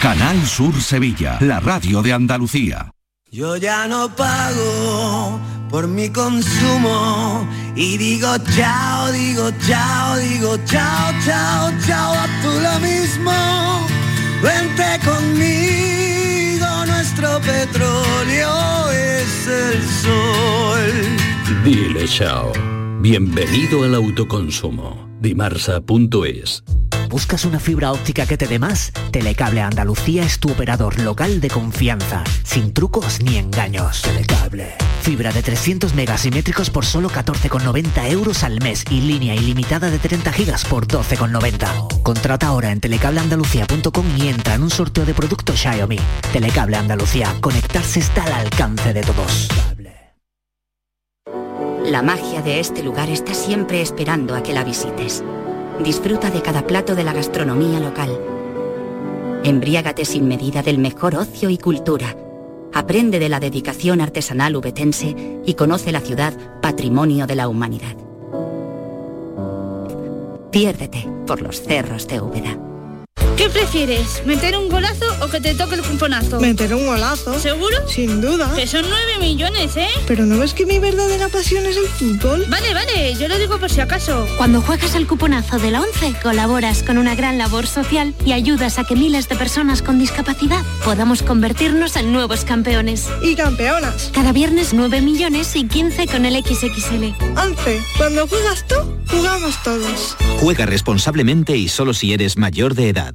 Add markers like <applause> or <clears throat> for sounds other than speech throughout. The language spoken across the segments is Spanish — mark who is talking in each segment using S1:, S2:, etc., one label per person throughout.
S1: Canal Sur Sevilla, la radio de Andalucía.
S2: Yo ya no pago por mi consumo y digo chao, digo chao, digo chao, chao, chao, a tú lo mismo. Vente conmigo, nuestro petróleo es el sol.
S3: Dile chao. Bienvenido al autoconsumo. Dimarsa.es
S4: ¿Buscas una fibra óptica que te dé más? Telecable Andalucía es tu operador local de confianza, sin trucos ni engaños. Telecable. Fibra de 300 megasimétricos por solo 14,90 euros al mes y línea ilimitada de 30 gigas por 12,90. Contrata ahora en telecableandalucía.com y entra en un sorteo de productos Xiaomi. Telecable Andalucía. Conectarse está al alcance de todos.
S5: La magia de este lugar está siempre esperando a que la visites. Disfruta de cada plato de la gastronomía local. Embriágate sin medida del mejor ocio y cultura. Aprende de la dedicación artesanal ubetense y conoce la ciudad patrimonio de la humanidad. Piérdete por los cerros de Úbeda.
S6: ¿Qué prefieres? ¿Meter un golazo o que te toque el cuponazo?
S7: Meter un golazo.
S6: ¿Seguro?
S7: Sin duda.
S6: Que son 9 millones, ¿eh?
S7: Pero no ves que mi verdadera pasión es el fútbol.
S6: Vale, vale, yo lo digo por si acaso.
S8: Cuando juegas al cuponazo de la 11, colaboras con una gran labor social y ayudas a que miles de personas con discapacidad podamos convertirnos en nuevos campeones.
S7: Y campeonas.
S8: Cada viernes 9 millones y 15 con el XXL.
S7: 11. Cuando juegas tú, jugamos todos.
S9: Juega responsablemente y solo si eres mayor de edad.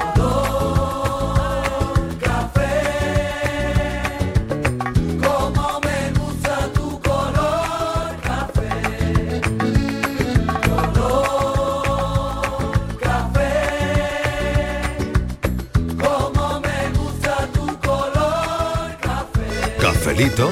S2: Como me gusta tu color café, color café. Como me gusta tu color café.
S10: Cafelito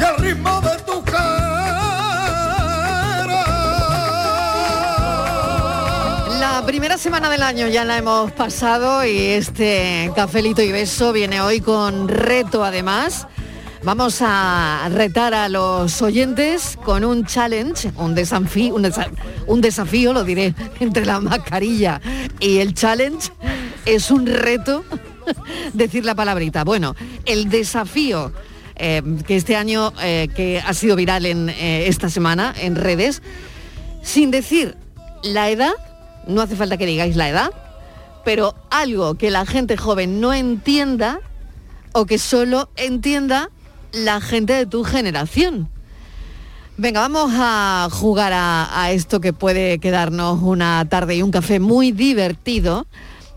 S11: y el ritmo de tu
S12: La primera semana del año ya la hemos pasado y este cafelito y beso viene hoy con reto además. Vamos a retar a los oyentes con un challenge, un desafío, un, desa- un desafío, lo diré, <laughs> entre la mascarilla y el challenge. Es un reto <laughs> decir la palabrita. Bueno, el desafío eh, que este año, eh, que ha sido viral en eh, esta semana en redes, sin decir la edad, no hace falta que digáis la edad, pero algo que la gente joven no entienda o que solo entienda la gente de tu generación. Venga, vamos a jugar a, a esto que puede quedarnos una tarde y un café muy divertido.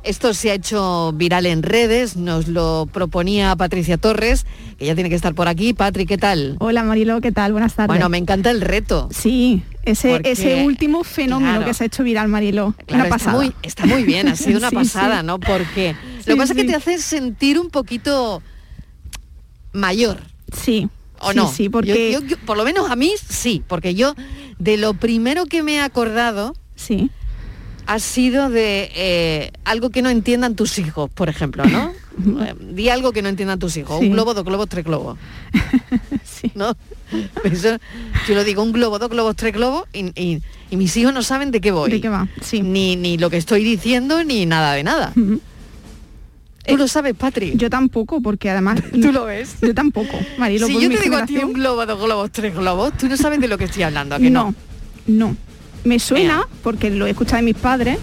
S12: Esto se ha hecho viral en redes, nos lo proponía Patricia Torres, que ya tiene que estar por aquí. Patri, ¿qué tal?
S13: Hola Marilo, ¿qué tal? Buenas tardes.
S12: Bueno, me encanta el reto.
S13: Sí, ese,
S12: Porque-
S13: ese último fenómeno
S12: Claro.
S13: que se ha hecho viral Marilo.
S12: Claro,
S13: una
S12: está
S13: pasada.
S12: muy, está muy
S13: <laughs>
S12: bien, ha sido una
S13: Sí, sí.
S12: pasada, ¿no? Porque lo
S13: Sí,
S12: que pasa es que
S13: sí.
S12: te hace sentir un poquito mayor.
S13: Sí.
S12: ¿O
S13: sí,
S12: no?
S13: sí, porque-
S12: Yo- yo- yo- por lo menos a mí sí, porque yo de lo primero que me he acordado
S13: sí.
S12: ha sido de eh, algo que no entiendan tus hijos, por
S13: <laughs>
S12: ejemplo, ¿no? Eh, Di algo que no entiendan tus hijos.
S13: Sí.
S12: Un globo, dos globos,
S13: <laughs>
S12: tres globos. ¿No? Eso, yo lo digo, un globo, dos globos, tres globos, y, y- y mis hijos no saben de qué voy.
S13: ¿De qué va?
S12: Ni, ni lo que estoy diciendo, ni nada
S13: <laughs>
S12: de nada. Tú lo sabes, Patri.
S13: Eh, Yo tampoco, porque además...
S12: <laughs> Tú lo ves.
S13: <laughs> Yo tampoco, Marilo.
S12: si
S13: por
S12: yo
S13: mi
S12: te digo a ti un
S13: generación-
S12: globo, dos globos, tres globos, tú no sabes de lo que estoy hablando, ¿a que no?
S13: No, no. Me suena, porque lo he escuchado de mis padres,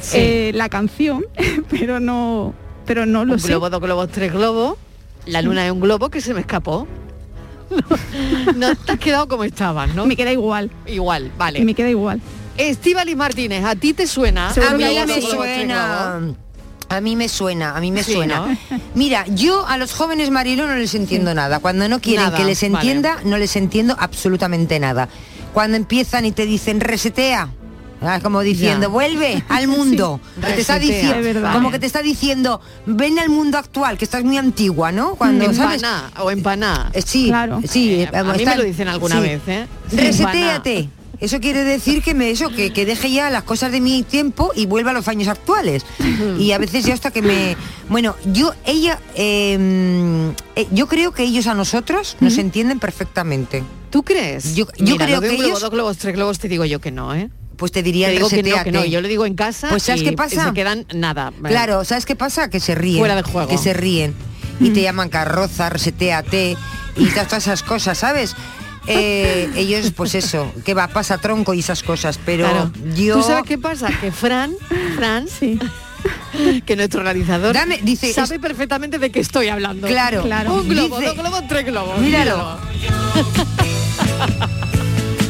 S12: Sí.
S13: eh, la canción, <laughs> pero no, pero no lo
S12: un
S13: sé.
S12: globo, dos globos, tres globos. La luna es un globo que se me escapó. No, no te has quedado como estabas, ¿no?
S13: Me queda igual.
S12: Igual, vale.
S13: Me queda igual.
S12: Estíbaliz Martínez, ¿a ti te suena?
S14: Ah, A mí me suena. A mí me suena, a mí me
S12: Sí,
S14: suena. Mira, yo a los jóvenes Marilo no les entiendo nada. Cuando no quieren
S12: Nada,
S14: que les
S12: vale.
S14: entienda, no les entiendo absolutamente nada. Cuando empiezan y te dicen resetea, ah, como diciendo,
S12: Ya.
S14: vuelve al mundo.
S12: <laughs> Sí,
S14: Que te está
S12: resetea.
S14: diciendo,
S12: Es verdad.
S14: como que te está diciendo, ven al mundo actual, que estás muy antigua, ¿no?
S12: Mm,
S14: Cuando ¿sabes?
S12: Empaná o empaná.
S14: Eh, Sí, sí. eh,
S12: a mí me
S14: están-
S12: lo dicen alguna vez, ¿eh? Sí,
S14: Resetéate. Eso quiere decir que me eso, que, que deje ya las cosas de mi tiempo y vuelva a los años actuales. Y a veces ya hasta que me. Bueno, yo, ella, eh, eh, yo creo que ellos a nosotros nos entienden perfectamente.
S12: ¿Tú crees?
S14: Yo, yo
S12: Mira,
S14: creo
S12: lo de
S14: que
S12: un globo,
S14: ellos.
S12: dos globos, tres globos, te digo yo que no, ¿eh?
S14: Pues te diría
S12: Te digo que no, que
S14: resetéate.
S12: no. Yo le digo en casa
S14: Pues ¿sabes
S12: y
S14: qué pasa?
S12: se quedan nada. ¿vale?
S14: Claro, ¿sabes qué pasa? Que se ríen.
S12: Fuera de juego.
S14: Que se ríen. Y te llaman carroza, reseteate y todas todas esas cosas, ¿sabes?
S12: <laughs>
S14: Eh, ellos, pues eso, que va, pasa tronco y esas cosas, pero
S12: Claro.
S14: yo...
S12: ¿Tú sabes qué pasa? Que Fran, Fran, <laughs> que nuestro organizador
S14: Dame- dice,
S12: sabe perfectamente de qué estoy hablando.
S14: Claro. Claro.
S12: Un globo,
S14: Dice-
S12: dos globos, tres globos.
S14: Míralo.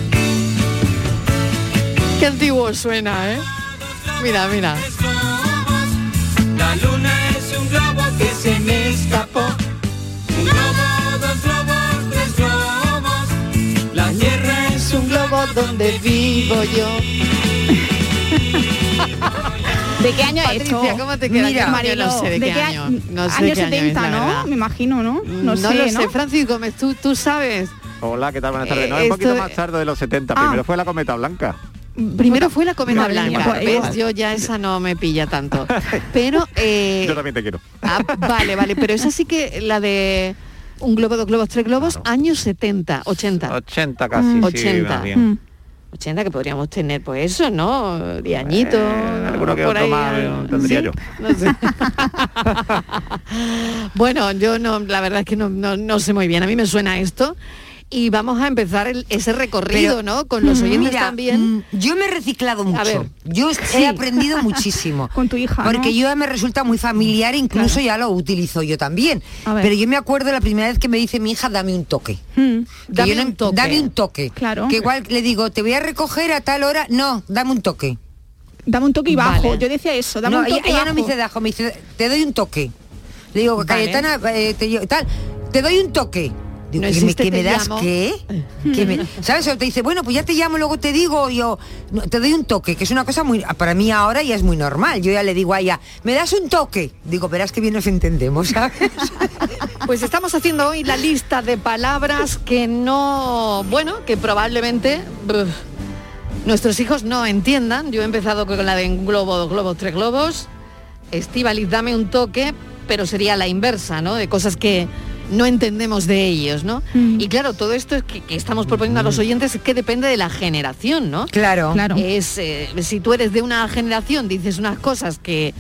S12: <laughs> qué antiguo suena, ¿eh? Mira, mira.
S2: La luna es un globo que se me escapó. Un globo, dos globos, tres globos. La tierra es un globo donde vivo yo.
S13: ¿De qué año es esto?
S12: Patricia, ¿cómo te queda?
S13: Mira,
S12: Yo no sé de qué
S13: a-
S12: año. No sé
S13: año
S12: de qué año es,
S13: 70,
S12: la verdad.
S13: ¿no? Me imagino, ¿no? No,
S12: No,
S13: sé,
S12: lo sé,
S13: ¿no?
S12: Francisco, Gómez, tú, tú sabes.
S15: Hola, ¿qué tal? Buenas tardes. No,
S12: Eh,
S15: un
S12: esto
S15: poquito
S12: de-
S15: más tarde de los 70.
S12: Ah.
S15: Primero fue la cometa blanca.
S12: Primero fue la cometa
S15: Madre mía,
S12: blanca.
S15: pues
S12: ¿Ves?
S15: igual.
S12: Yo ya esa no me pilla tanto. Pero eh,
S15: Yo también te quiero.
S12: ah, vale, vale, pero esa sí que la de un globo, dos globos, tres globos, años 70, 80.
S15: 80 casi.
S12: Mm,
S15: sí,
S12: 80.
S15: más
S14: Mm.
S15: bien.
S12: 80 que podríamos tener, pues eso, ¿no? De añitos.
S15: Eh, Alguno que
S12: por
S15: otro
S12: ahí,
S15: más
S12: eh,
S15: eh, tendría
S12: ¿sí?
S15: yo.
S12: Bueno, yo no, la verdad es que no, no- no sé muy bien. A mí me suena esto. Y vamos a empezar el- ese recorrido,
S14: Pero-
S12: ¿no?
S14: <laughs>
S12: Con los oyentes
S14: Mira,
S12: también.
S14: mm, Yo me he reciclado mucho.
S12: ver.
S14: Yo he
S13: <laughs>
S12: Sí.
S14: aprendido
S12: <laughs>
S14: muchísimo.
S12: Con tu hija,
S14: Porque
S12: ¿no?
S14: yo ya me resulta muy familiar, incluso ya lo utilizo yo también.
S12: A ver.
S14: Pero yo me acuerdo la primera vez que me dice mi hija, dame un toque.
S13: Mm,
S14: Que
S12: Dame
S14: yo no- em-,
S12: un toque.
S14: Dame un toque.
S12: Claro.
S14: Que igual le digo, te voy a recoger a tal hora. No, dame un toque.
S13: Dame un toque y bajo. Yo decía eso, dame
S14: No,
S13: un toque
S14: ella, ella no me
S13: bajo.
S14: dice bajo, me dice, te doy un toque. Le digo,
S13: Vale.
S14: Cayetana, eh, te, lle- tal, te doy un toque. Digo,
S12: No
S14: ¿que me,
S12: existe
S14: que
S12: te
S14: me das
S12: llamo.
S14: qué?
S13: Eh.
S14: Que me- ¿Sabes? O te dice, bueno, pues ya te llamo, luego te digo, y yo no, te doy un toque, que es una cosa muy, para mí ahora ya es muy normal. Yo ya le digo a ella, me das un toque. Digo, verás que bien nos entendemos, ¿sabes?
S12: Pues estamos haciendo hoy la lista de palabras que no, bueno, que probablemente brr, nuestros hijos no entiendan. Yo he empezado con la de un globo, dos globos, tres globos. Estivaliz, dame un toque, pero sería la inversa, ¿no? De cosas que no entendemos de ellos, ¿no? Y claro, todo esto es que, que estamos proponiendo a los oyentes es que depende de la generación, ¿no?
S14: Claro. Claro.
S12: Es, eh, si tú eres de una generación, dices unas cosas que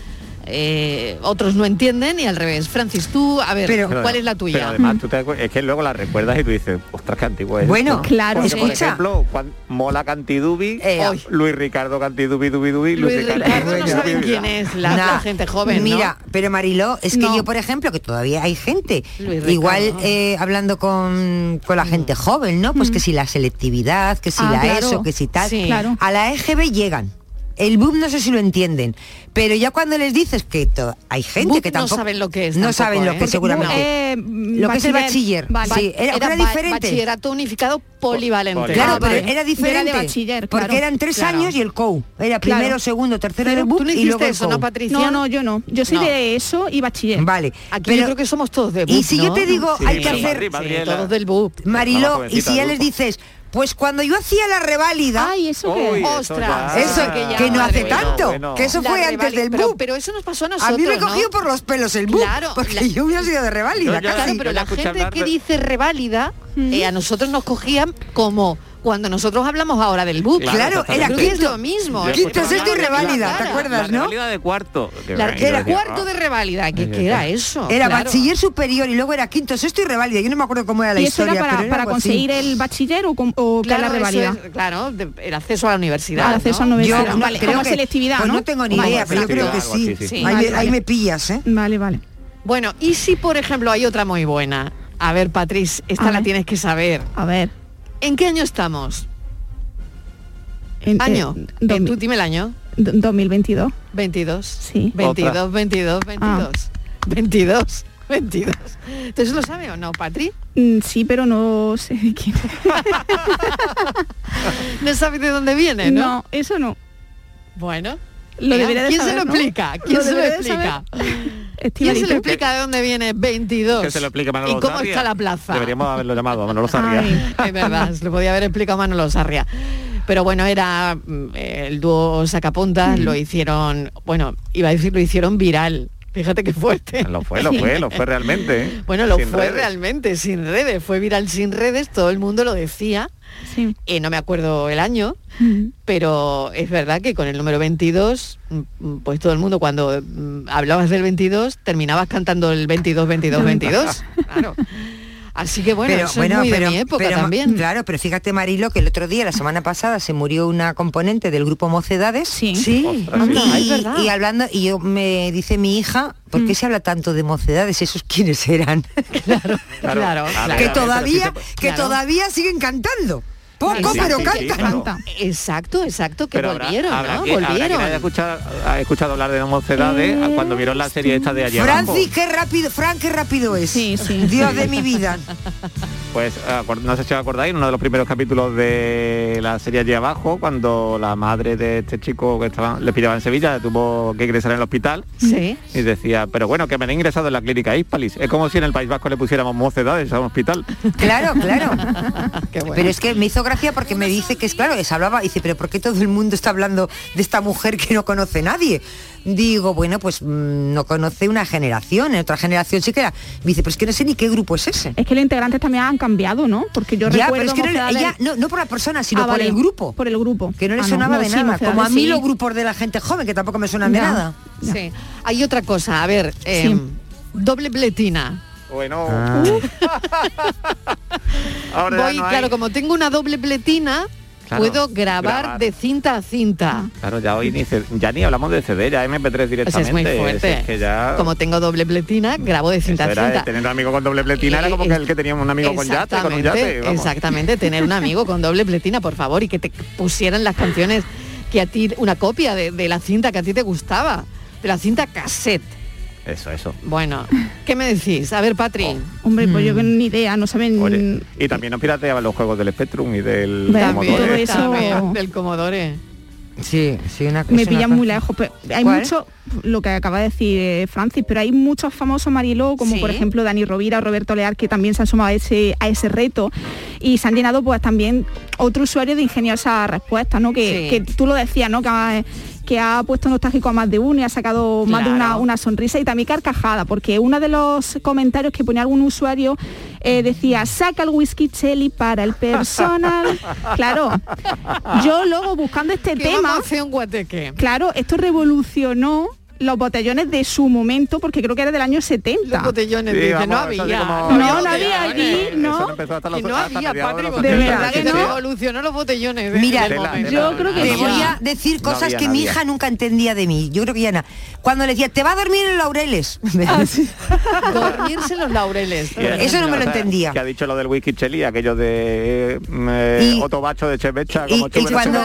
S12: eh, otros no entienden y al revés. Francis, tú, a ver, ¿cuál es la tuya?
S15: Pero además, tú te acu- es que luego la recuerdas y tú dices, ostras, qué antiguo es.
S12: Bueno,
S15: esto".
S12: claro,
S15: Porque, por
S12: escucha.
S15: ejemplo, Juan Mola Cantidubi,
S12: Eh.
S15: Luis Ricardo Cantidubi, Dubi, Dubi,
S12: Luis Ricardo no
S15: Dubi,
S12: saben
S15: Dubi.
S12: quién es la,
S14: Nah.
S12: la gente joven, ¿no?
S14: Mira, pero Mariló, es que
S12: No.
S14: yo, por ejemplo, que todavía hay gente,
S12: Luis
S14: igual
S12: Ricardo. Mm.
S14: eh, hablando con, con la gente joven, ¿no? Pues que si la selectividad, que si
S12: Ah,
S14: la
S12: claro.
S14: ESO, que si tal,
S12: Sí. Claro.
S14: a la EGB llegan. El BUM no sé si lo entienden, pero ya cuando les dices que to- hay gente
S12: BUP
S14: que
S12: no
S14: tampoco
S12: saben lo que es
S14: no
S12: tampoco,
S14: saben lo
S12: ¿eh?
S14: que es, seguramente
S12: Porque,
S14: lo que es el bachiller,
S12: Vale.
S14: sí, era, era
S12: ba-
S14: diferente.
S12: Bachillerato unificado polivalente.
S14: Claro,
S12: Ah,
S14: pero
S12: vale.
S14: era diferente.
S12: Era de bachiller,
S14: porque
S12: claro.
S14: eran tres
S12: Claro.
S14: años y el COU. Era
S12: Claro.
S14: primero, segundo, tercero
S12: Pero
S14: del
S12: tú
S14: BUP
S12: no
S14: y
S12: hiciste
S14: luego el
S12: eso, ¿no,
S14: COU.
S12: Patricia?
S13: No, no, yo no. Yo soy
S12: No.
S13: de eso y bachiller.
S14: Vale.
S12: Aquí yo creo que somos todos de BUP,
S14: Y si yo
S12: ¿no?
S14: te digo,
S12: Sí,
S14: hay que
S12: Madrid,
S14: hacer
S12: Madrid, Sí, la- todos del BUP.
S15: La más
S14: Mariló,
S15: jovencita
S14: y si ya
S15: del
S14: les
S15: grupo.
S14: dices, pues cuando yo hacía la reválida,
S12: Ay, eso qué.
S15: Uy, eso
S12: Ostras,
S15: ya-
S14: eso
S15: Ah,
S14: que no hace
S15: bueno,
S14: tanto,
S15: bueno.
S14: que eso
S12: La
S14: fue antes
S12: revali-
S14: del
S12: pero-
S14: BUP.
S12: Uh, Pero eso nos pasó a
S14: A
S12: nosotros,
S14: mí me
S12: ¿no?
S14: cogió por los pelos el BUP,
S12: Claro,
S14: porque
S12: la-
S14: yo hubiera sido de reválida.
S15: Yo ya-
S14: casi.
S12: Claro, pero la
S15: escuché
S12: gente
S15: hablar
S12: que
S15: de-
S12: dice reválida, eh, a nosotros nos cogían como cuando nosotros hablamos ahora del BUP.
S15: Claro, Claro,
S12: era
S15: era
S12: es
S15: quinto.
S12: lo mismo.
S15: Yo
S12: ¿eh?
S15: escuchaba
S12: Pero
S15: hablar
S12: no,
S15: de
S12: no,
S14: reválida,
S12: claro.
S14: ¿te acuerdas,
S15: La
S14: no?
S15: realidad de cuarto. que
S12: La-
S15: yo
S12: era
S15: decía,
S12: cuarto
S15: ah,
S12: de reválida, ¿qué, qué era eso?
S14: Era
S12: Claro.
S14: bachiller superior y luego era quinto, sexto y reválida. Yo no me acuerdo cómo era la
S13: ¿Y eso
S14: historia,
S13: era para,
S14: pero era
S13: para
S14: algo así.
S13: conseguir el bachiller o, con- o para
S12: Claro,
S13: la
S12: eso
S13: revalida?
S12: es- claro, de- el acceso a la universidad.
S13: Al acceso
S12: ¿no?
S13: a la universidad.
S14: Yo
S13: vale,
S14: creo
S13: como
S14: que-
S13: selectividad,
S14: pues
S13: ¿no?
S14: no tengo ni
S12: Vale,
S14: idea, pero yo creo que
S15: algo así,
S14: sí.
S15: sí.
S12: Sí.
S14: Ahí, me-
S12: Vale,
S14: ahí
S12: vale.
S14: me pillas, ¿eh?
S13: Vale, vale.
S12: Bueno, y si por ejemplo hay otra muy buena. A ver, Patriz, esta
S13: A
S12: la
S13: ver.
S12: tienes que saber.
S13: A ver.
S12: ¿En qué año estamos?
S13: En-
S12: Año.
S13: en-
S12: Do-
S13: de-
S12: tú dime el año.
S13: do- 2022.
S12: 22.
S13: Sí.
S12: 22,
S13: Otra.
S12: 22, 22.
S13: Ah.
S12: 22, 22. ¿Entonces lo sabe o no, Patri?
S13: Mm, Sí, pero no sé de quién.
S12: <laughs> No sabe de dónde viene, ¿no?
S13: No, eso no.
S12: Bueno.
S13: Lo
S12: Eh,
S13: debería de
S12: ¿Quién se
S13: saber,
S12: lo
S13: ¿no?
S12: explica? ¿Quién
S13: Lo
S12: se lo
S13: debería de
S12: explica? ¿Quién se
S13: Estivaliz.
S12: lo explica de dónde viene 22?
S15: Que se lo explique Manolo
S12: ¿Y cómo
S15: Sarria.
S12: está la plaza?
S15: Deberíamos haberlo llamado a Manolo Sarria.
S12: <laughs> Es verdad, se lo podía haber explicado Manolo Sarria. Pero bueno, era mm, el dúo Sacapuntas, lo hicieron, bueno, iba a decir, lo hicieron viral. Fíjate qué fuerte.
S15: Lo fue, lo fue, lo fue realmente. ¿eh?
S12: Bueno, lo
S15: Sin
S12: fue
S15: redes.
S12: realmente sin redes, fue viral sin redes, todo el mundo lo decía. Eh, no me acuerdo el año,
S14: Mm.
S12: pero es verdad que con el número 22, mm, pues todo el mundo cuando mm, hablabas del 22 terminabas cantando el 22, 22,
S15: <laughs>
S12: 22. Claro. Así que bueno, eso es muy de mi época
S14: pero ma-
S12: también.
S14: Claro, pero fíjate, Marilo, que el otro día, la semana pasada, se murió una componente del grupo Mocedades. Sí.
S12: Ostras, Ah, sí. Anda, es verdad. Mm.
S14: Y, hablando, y yo me dice mi hija, ¿por qué se habla tanto de Mocedades? ¿Esos quiénes eran?
S12: Claro, claro, claro.
S14: <laughs> Que todavía,
S12: Pero sí se-
S14: que
S12: Claro.
S14: todavía siguen cantando. Poco,
S12: Sí,
S14: pero
S12: sí,
S14: cantan.
S12: sí, Exacto, exacto, que
S15: Pero habrá-
S12: volvieron,
S15: habrá
S12: ¿no?
S15: quien- habrá quien
S12: volvieron.
S15: haya escuchado, ha escuchado hablar de mocedades a cuando vieron la serie esta de ayer.
S14: Francis, qué rápido, Fran, qué rápido es. Dios de mi vida.
S15: Pues acu- no sé si os acordáis, en uno de los primeros capítulos de la serie Allí Abajo, cuando la madre de este chico que estaba, le pillaba en Sevilla, tuvo que ingresar en el hospital
S12: Sí.
S15: y decía, pero bueno, que me han ingresado en la clínica Hispalis. Es como si en el País Vasco le pusiéramos mocedades a un hospital.
S14: Claro,
S13: <laughs>
S14: claro. Pero es que me hizo gracia porque me dice que es claro, es hablaba, dice, pero ¿por qué todo el mundo está hablando de esta mujer que no conoce nadie? Digo, bueno, pues mm, no conoce una generación, en otra generación sí que era. Me dice, pero es que no sé ni qué grupo es ese.
S13: Es que los integrantes también han cambiado, ¿no? Porque yo
S14: ya, pero
S13: recuerdo
S14: es que no, le-
S13: Mocedades-
S14: ya, no, no por la persona, sino
S13: Ah,
S14: por
S13: vale,
S14: el grupo.
S13: Por el grupo.
S14: Que no le
S13: Ah,
S14: sonaba de
S13: sí,
S14: nada,
S13: Mocedades
S14: como a mí
S13: sí.
S14: los grupos de la gente joven, que tampoco me suenan de
S12: Ya.
S14: nada.
S12: Sí. Hay otra cosa, a ver, em, doble pletina.
S15: Bueno,
S12: Ah.
S15: <laughs>
S12: Voy, claro, como tengo una doble pletina,
S15: Claro,
S12: puedo grabar,
S15: grabar.
S12: de cinta a cinta.
S15: claro, ya hoy ni, ce- ya ni hablamos de CD, ya MP3 directamente.
S12: O sea, es muy fuerte.
S15: es que ya...
S12: Como tengo doble pletina, grabo de cinta a
S15: Eso era, eh,
S12: cinta.
S15: tener un amigo con doble pletina era como que el que teníamos un amigo con yate, con un yate. vamos.
S12: exactamente, tener un amigo con doble pletina, por favor, y que te pusieran las canciones que a ti, una copia de, de la cinta que a ti te gustaba, de la cinta cassette.
S15: Eso, eso.
S12: Bueno, ¿qué me decís? A ver, Patri.
S14: Oh.
S13: Hombre, pues yo que
S14: Mm.
S13: ni idea, no saben...
S15: Y también nos pirateaban los juegos del Spectrum y del
S13: También,
S15: Commodore.
S13: todo eso.
S12: También, del Commodore.
S14: Sí, sí, una
S13: me pillan muy lejos. Pero hay
S12: ¿Cuál?
S13: mucho, lo que acaba de decir eh, Francis, pero hay muchos famosos Mariló, como
S12: Sí.
S13: por ejemplo Dani Rovira, Roberto Leal, que también se han sumado a ese, a ese reto y se han llenado pues también otro usuario de ingeniosas respuestas, ¿no? Que,
S12: Sí.
S13: que tú lo decías, ¿no? Que ha, que ha puesto nostálgico a más de uno y ha sacado más de una,
S12: Claro.
S13: una sonrisa y también carcajada, porque uno de los comentarios que ponía algún usuario eh, decía, saca el whisky cheli para el
S12: <laughs>
S13: personal. claro, yo luego buscando este
S12: ¿Qué
S13: tema...
S12: vamos a hacer un guateque?
S13: Claro, esto revolucionó los botellones de su momento, porque creo que era del año 70.
S12: Los botellones,
S13: Sí,
S12: dice,
S13: vamos,
S12: no
S13: eso sí
S12: había.
S13: como- No, no había allí, no.
S12: Eso
S15: empezó hasta
S12: que no
S15: hasta
S12: había,
S15: mediados de
S12: Patri,
S15: los
S12: porque de
S15: 80.
S12: verdad que
S15: Sí,
S12: no.
S15: sí.
S12: Evolucionó los botellones. ¿eh? de-
S14: Mira,
S12: del momento.
S14: te voy a decir
S12: No
S14: cosas
S12: había,
S14: que
S12: no
S14: mi
S12: había.
S14: hija nunca entendía de mí. Yo creo que ya nada. Cuando le decía, te va a dormir en laureles.
S12: <laughs>
S14: <laughs>
S12: Ah, Dormirse en los laureles.
S15: Y era-
S14: Eso no me lo
S15: o sea,
S14: entendía.
S15: Que ha dicho lo del whisky Cheli, aquello de eh, Otobacho de Chevecha,
S14: Y,
S15: como
S14: y cuando,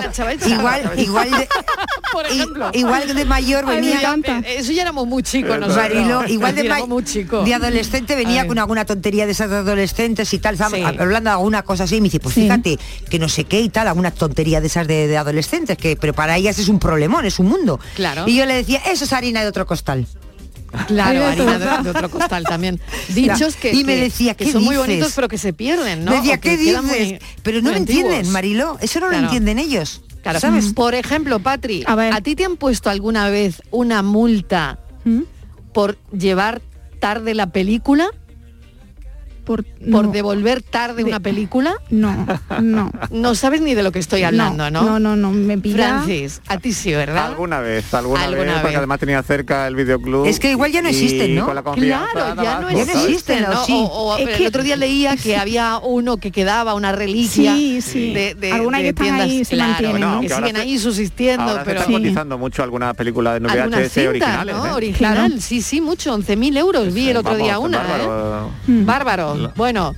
S14: igual, igual, de,
S12: <laughs> Por ejemplo.
S14: igual de mayor
S12: Ay,
S14: venía.
S12: me encanta. Eso ya éramos muy chicos nosotros.
S14: Marilo, igual de,
S12: Sí,
S14: ma-
S12: éramos muy chicos.
S14: de adolescente
S12: A
S14: venía
S12: ver.
S14: con alguna tontería de esas de adolescentes y tal, estaba hablando de alguna cosa así, y me dice, pues fíjate, que no sé qué y tal, alguna tontería de esas de, de adolescentes, que pero para ellas es un problemón, es un mundo.
S12: Claro.
S14: Y yo le decía, eso es harina de otro costal.
S12: Claro, harina de, de otro costal también. Dichos que,
S14: y me
S12: que-
S14: decía
S12: que
S14: ¿qué
S12: son muy
S14: dices?
S12: bonitos pero que se pierden, ¿no?
S14: Me decía,
S12: O que
S14: ¿qué
S12: quedan muy-
S14: dices? pero no
S12: muy
S14: lo entienden,
S12: antiguos.
S14: Mariló. Eso no
S12: Claro.
S14: lo entienden ellos.
S12: Claro.
S14: ¿Sabes?
S12: Por ejemplo, Patri, a, ti te han puesto alguna vez una multa
S13: ¿Mm?
S12: por llevar tarde la película?
S13: ¿Por,
S12: por devolver tarde una película?
S13: No, no.
S12: No sabes ni de lo que estoy hablando, ¿no?
S13: No, no, no, me pilla...
S12: Francis, a ti sí, ¿verdad?
S15: Alguna vez, alguna,
S12: Alguna
S15: vez,
S12: vez.
S15: porque además tenía cerca el videoclub.
S14: Es que igual ya no
S15: y
S14: existen, ¿no?
S15: con la confianza
S12: Claro, ya
S15: daba
S12: no
S15: asco, ¿sabes?
S12: existen, ¿no?
S14: sí.
S12: O, o-
S14: Es
S12: el
S14: que-
S12: otro día leía
S13: <laughs>
S12: que había uno que quedaba, una reliquia
S13: Sí, sí.
S12: de, de-
S13: Algunas
S12: de
S13: que están
S12: tiendas,
S13: ahí, se
S12: claro,
S13: mantienen,
S15: Bueno, ¿no?
S12: que
S15: que ahora
S12: siguen
S15: se-
S12: ahí subsistiendo,
S15: Ahora
S12: pero
S15: se está cotizando mucho algunas películas de
S12: algunas
S15: VHS
S12: cintas,
S15: originales.
S12: ¿no?
S15: ¿eh?
S12: Original, sí, sí, mucho, 11.000 euros, vi el otro
S15: Vamos,
S12: día una, ¿eh?
S15: bárbaro.
S12: Bárbaro. Bueno,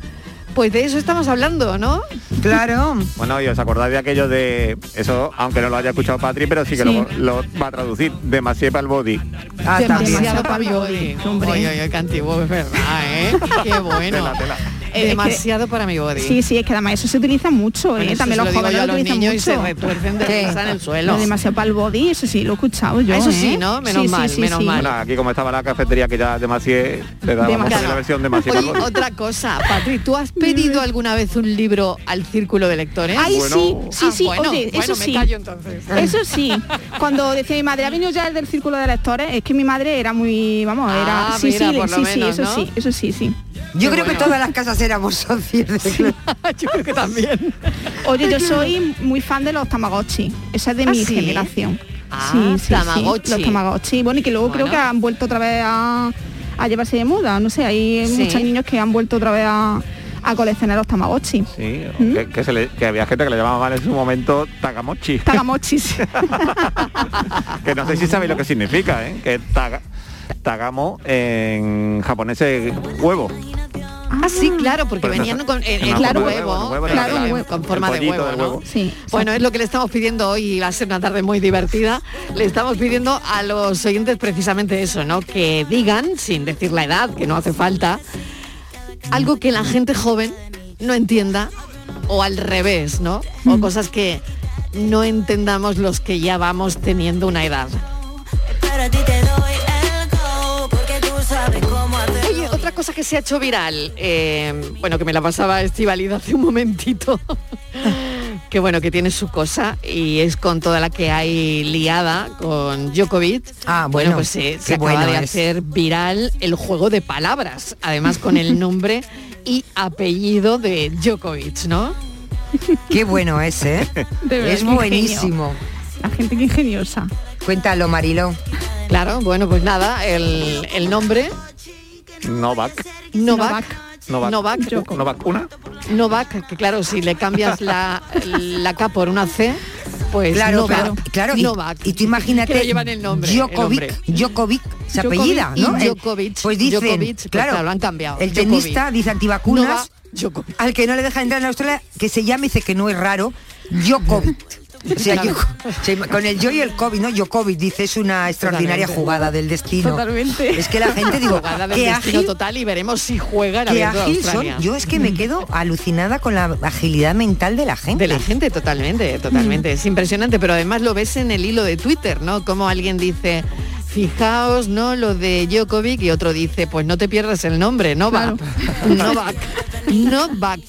S12: pues de eso estamos hablando, ¿no?
S14: Claro.
S15: Bueno, y os acordáis de aquello de eso, aunque no lo haya escuchado Patri, pero sí que
S12: Sí.
S15: Lo, lo va a traducir demasiado para el body.
S12: Ah,
S15: también.
S12: Demasiado para mi body. Hombre. Oye, oye, qué antiguo, es verdad, ¿eh? Qué bueno.
S15: Tela, tela.
S13: Eh,
S12: Demasiado para mi body.
S13: Sí, sí, es que además eso se utiliza mucho, ¿eh?
S12: Bueno, eso
S13: también
S12: se
S13: los
S12: lo digo
S13: jóvenes
S12: yo
S13: lo
S12: a los
S13: utilizan
S12: niños y
S13: mucho.
S12: se retuercen de Sí. risa en el suelo.
S13: Lo de Demasiado para el body, eso sí, lo he escuchado yo,
S12: Ah, eso
S13: ¿eh?
S12: sí, ¿no? Menos
S13: Sí, sí,
S12: mal,
S13: sí,
S12: menos
S13: sí.
S15: Bueno, aquí como estaba la cafetería que ya demasiado le dábamos
S12: Demasiado.
S15: la versión demasiado
S12: Oye, otra cosa, Patri, ¿tú has pedido alguna vez un libro al círculo de lectores?
S13: Ay, sí, sí, sí,
S12: Ah, bueno,
S13: oye,
S12: bueno,
S13: eso
S12: me
S13: sí.
S12: callo entonces.
S13: <laughs> Eso sí. Cuando decía mi madre, ha venido ya el del círculo de lectores, es que mi madre era muy, vamos,
S14: Ah,
S13: era. Sí,
S14: mira,
S13: sí,
S14: por lo
S13: sí,
S14: menos,
S13: sí, eso
S14: ¿no?
S13: sí, eso sí, sí.
S14: Yo creo que todas las casas éramos socios. de-
S12: <laughs> Ah, Yo creo que también.
S13: Oye, yo soy muy fan de los Tamagotchi. Esa es de
S12: ¿Ah,
S13: mi
S12: sí?
S13: generación.
S12: Ah,
S13: sí, sí, sí,
S12: Tamagotchi.
S13: Los Tamagotchi. Bueno, y que luego creo
S12: Bueno.
S13: que han vuelto otra vez a, a llevarse de moda. No sé, hay
S12: Sí.
S13: muchos niños que han vuelto otra vez a, a coleccionar los Tamagotchi.
S15: Sí, o que, que se le- que había gente que le llamaba mal en su momento
S13: <laughs>
S15: Tagamochi,
S13: Tamagotchi, sí.
S15: <laughs> que no sé si sabéis lo que significa, ¿eh? que taga- Tagamo en japonés es huevo.
S12: Ah, sí, claro, porque
S15: Por eso
S12: venían
S15: se-
S12: con eh,
S15: Pues en
S12: eh,
S15: la
S12: claro,
S15: forma de
S12: huevo,
S15: huevo, en la
S12: claro,
S15: forma de
S12: huevo,
S15: huevo.
S12: con forma
S15: El
S12: de
S15: pollito
S12: huevo,
S15: del
S12: ¿no?
S15: huevo.
S12: Bueno, es lo que le estamos pidiendo hoy, y va a ser una tarde muy divertida. Le estamos pidiendo a los oyentes precisamente eso, ¿no? Que digan, sin decir la edad, que no hace falta, algo que la gente joven no entienda o al revés, ¿no? O cosas que no entendamos los que ya vamos teniendo una edad.
S16: Para ti te doy el go, porque tú sabes cómo hacer.
S12: Oye, otra cosa que se ha hecho viral, eh, bueno, que me la pasaba Estivalida hace un momentito, <laughs> que bueno, que tiene su cosa y es con toda la que hay liada con Djokovic. Ah,
S14: bueno,
S12: pues se, se
S14: qué
S12: acaba
S14: bueno
S12: de
S14: es.
S12: hacer viral el juego de palabras, además con
S14: <laughs>
S12: el nombre y apellido de Djokovic, ¿no?
S14: Qué bueno es, ¿eh?
S12: De verdad,
S14: es
S12: qué ingenio.
S14: buenísimo.
S13: La gente que ingeniosa.
S14: Cuéntalo, Marilo.
S12: Claro, bueno, pues nada, el, el nombre,
S15: Novak.
S12: Novak.
S15: Novak.
S12: Novak.
S15: Novak, una.
S12: Novak, que claro, si le cambias la, la K por una C, pues
S14: claro,
S12: Novak.
S14: pero- claro. y-
S12: Novak.
S14: Y, tú imagínate.
S12: Que le llevan el nombre, el
S14: Djokovic,
S12: hombre.
S14: Djokovic, se
S12: Djokovic
S14: apellida,
S12: y
S14: ¿no? El-
S12: Djokovic,
S14: Pues dicen,
S12: Djokovic, pues
S14: claro,
S12: claro, lo han cambiado,
S14: El
S12: Djokovic.
S14: tenista dice antivacunas.
S12: Novak
S14: al que no le deja entrar en Australia, que se llama, dice que no es raro, Djokovic. O sea,
S12: Claro.
S14: Djoko- se- con el yo y el COVID, ¿no? Djokovic, dice, es una extraordinaria
S12: Totalmente.
S14: jugada del destino.
S12: Totalmente.
S14: Es que la gente, digo,
S12: Jugada del
S14: qué
S12: destino
S14: ágil,
S12: total y veremos si juega en
S14: qué
S12: abierto de
S14: ágil
S12: Australia. Mm,
S14: son. Yo es que me quedo alucinada con la agilidad mental de la gente.
S12: De la gente, totalmente, totalmente. Es impresionante, pero además lo ves en el hilo de Twitter, ¿no? Como alguien dice, fijaos, ¿no? Lo de Djokovic y otro dice, pues no te pierdas el nombre, Novak. <laughs> Novak. Novak.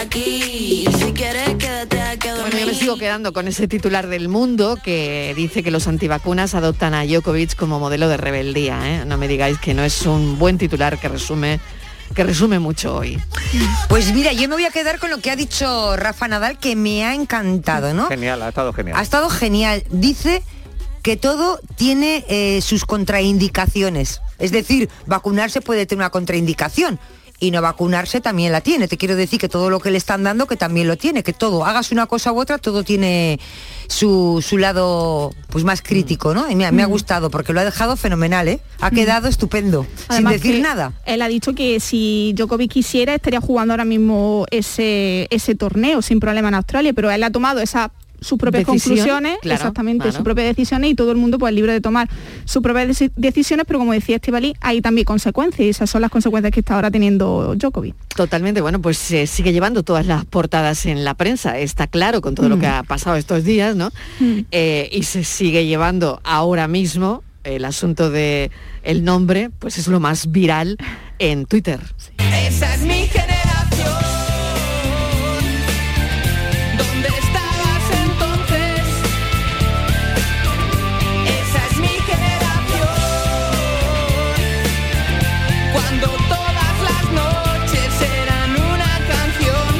S16: Aquí, si quieres quédate aquí a
S12: Bueno, yo me
S16: dormir.
S12: sigo quedando con ese titular del mundo que dice que los antivacunas adoptan a Djokovic como modelo de rebeldía. ¿eh? No me digáis que no es un buen titular que resume, que resume mucho hoy.
S14: Pues mira, yo me voy a quedar con lo que ha dicho Rafa Nadal, que me ha encantado, ¿no?
S15: Genial, ha estado genial.
S14: Ha estado genial. Dice que todo tiene eh, sus contraindicaciones. Es decir, vacunarse puede tener una contraindicación y no vacunarse también la tiene. Te quiero decir que todo lo que le están dando que también lo tiene, que todo, hagas una cosa u otra, todo tiene su, su lado pues más crítico, ¿no? Y me, ha-
S13: Mm.
S14: me ha gustado porque lo ha dejado fenomenal, ¿eh? Ha quedado estupendo,
S13: Además
S14: sin decir
S13: que
S14: nada.
S13: Él ha dicho que si Djokovic quisiera estaría jugando ahora mismo ese, ese torneo sin problema en Australia, pero él ha tomado esas sus propias
S12: Decisión,
S13: conclusiones,
S12: claro,
S13: exactamente,
S12: claro.
S13: sus propias decisiones y todo el mundo pues libre de tomar sus propias deci- decisiones, pero como decía Estivali, hay también consecuencias y esas son las consecuencias que está ahora teniendo Djokovic.
S12: Totalmente, bueno, pues se sigue llevando todas las portadas en la prensa, está claro con todo lo que ha pasado estos días, ¿no?
S13: Mm.
S12: Eh, y se sigue llevando ahora mismo el asunto de el nombre, pues es lo más viral en Twitter.
S16: Esa es mi generación. ¿Dónde estabas entonces? Esa es mi generación. Cuando todas las noches eran una canción.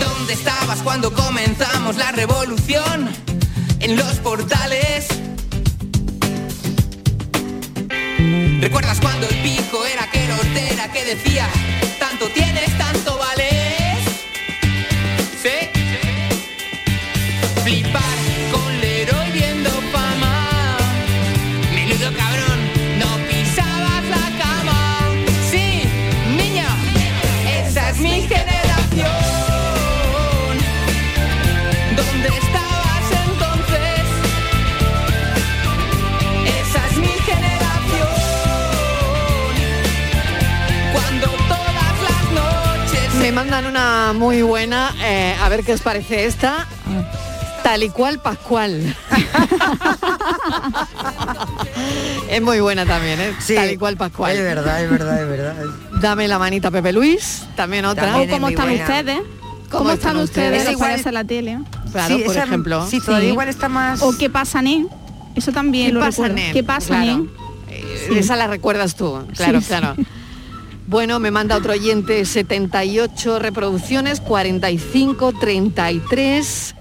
S16: ¿Dónde estabas cuando comenzamos la revolución? En los portales. ¿Recuerdas cuando el pico era que hortera que decía tanto tienes, tanto vales? ¿Sí? Flipar con Leroy viendo fama. Menudo cabrón, no pisabas la cama. Sí, niño.
S12: mandan una muy buena, eh, a ver qué os parece esta. Tal y cual
S13: <laughs>
S12: Pascual. es muy buena también, ¿eh? Tal y cual Pascual.
S14: Es verdad, es verdad, es verdad.
S12: Dame la manita Pepe Luis, también otra.
S13: También O ¿Cómo es muy están buena. ustedes? ¿Cómo están ustedes?
S12: Es
S13: Los
S12: igual-
S13: payasos de la tele.
S12: Claro, por ejemplo.
S14: está más.
S13: O qué pasa, Nen. Eso también
S12: ¿Qué
S13: lo
S12: pasa,
S13: recuerdo.
S12: Nen?
S13: ¿Qué pasa,
S12: Claro.
S13: Nen?
S12: Eh,
S13: Sí.
S12: Esa la recuerdas tú, claro,
S13: Sí, sí.
S12: claro. Bueno, me manda otro oyente 78 reproducciones, 45, 33.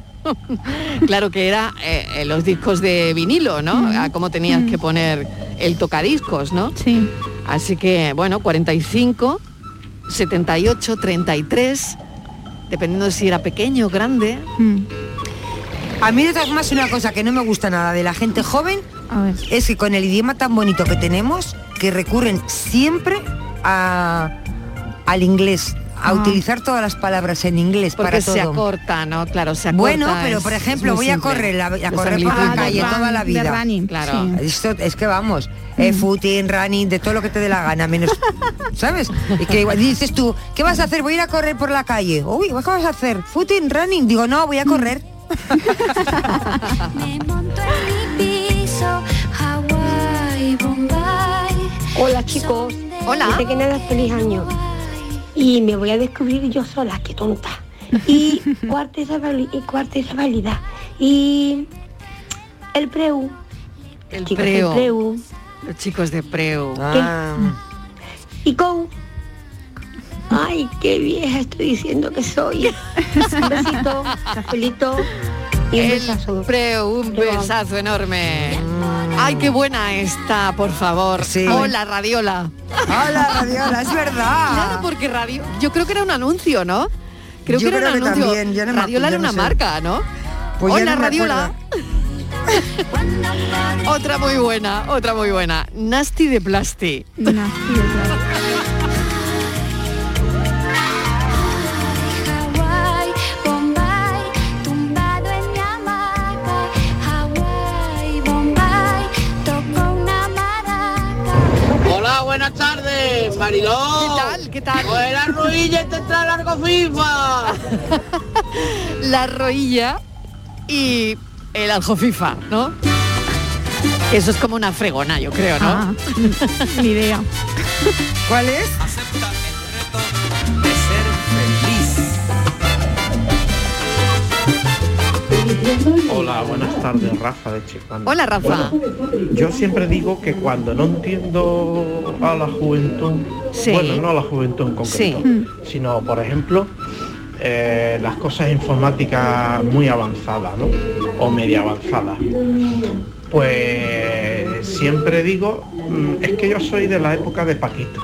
S12: claro que era eh, eh, los discos de vinilo, ¿no? A cómo tenías que poner el tocadiscos, ¿no?
S13: Sí.
S12: Así que, bueno, 45, 78, 33, dependiendo de si era pequeño o grande.
S14: A mí de todas formas una cosa que no me gusta nada de la gente joven es que con el idioma tan bonito que tenemos, que recurren siempre a, al inglés, a
S12: Ah.
S14: utilizar todas las palabras en inglés
S12: Porque
S14: para
S12: se
S14: todo.
S12: acorta, ¿no? Claro, se acorta.
S14: Bueno, pero
S12: es-
S14: por
S12: es
S14: ejemplo,
S12: muy
S14: voy a
S12: simple.
S14: correr, la- a
S12: Los
S14: correr por la
S12: anglicismos.
S14: calle toda la vida.
S12: claro. Mm.
S14: Esto es que vamos, eh, footing, running, de todo lo que te dé la gana,
S12: <laughs>
S14: menos, ¿sabes? Y que igual dices tú, ¿qué vas a hacer? Voy a ir a correr por la calle. Uy, ¿qué vas a hacer? Footing, running. Digo, no,
S12: Mm.
S14: voy a correr.
S8: Hola chicos.
S12: Hola.
S8: Antes que nada, feliz año. Y me voy a descubrir yo sola, qué tonta.
S12: <laughs>
S8: Y cuarta esa vali- y cuarta esa válida. Y el preu.
S12: El
S8: Chicos,
S12: preu.
S8: el preu.
S12: Los chicos de preu.
S8: Ah.
S17: <laughs>
S8: Y con. Ay, qué vieja estoy diciendo que soy. Un besito, cafelito y un
S12: El
S8: besazo.
S12: Preu, un besazo enorme. Ay, qué buena está, por favor. Hola, Radiola.
S14: Hola, Radiola, es verdad.
S12: Claro, porque radio. Yo creo que era un anuncio, ¿no? Creo
S14: Yo
S12: que
S14: creo
S12: era un
S14: que
S12: anuncio.
S14: también, yo no me- yo
S12: radiola era
S14: no
S12: una
S14: sé.
S12: marca, ¿no?
S14: Pues yo
S12: Hola,
S14: no me
S12: Radiola. <laughs> otra muy buena, otra muy buena. Nasty de Plasti.
S5: Hawái, Bombay, tumbado en mi hamaca. Hawái, Bombay, toco una maraca.
S6: Hola, buenas tardes, Mariló.
S12: ¿Qué tal? ¿Qué tal?
S6: Buena ruilla te trae largo FIFA.
S12: <laughs> la roilla y el aljofifa, ¿no? Eso es como una fregona, yo creo, ¿no?
S13: Ah, ni
S12: <laughs>
S13: idea.
S14: ¿Cuál es?
S18: Hola, buenas tardes, Rafa de Chiclana.
S12: Hola, Rafa.
S18: Yo siempre digo que cuando no entiendo a la juventud,
S12: Sí.
S18: bueno, no a la juventud en concreto,
S12: Sí. Mm.
S18: sino, por ejemplo, eh, las cosas informáticas muy avanzadas, ¿no? O media avanzadas. Pues siempre digo, mm, es que yo soy de la época de Paquito.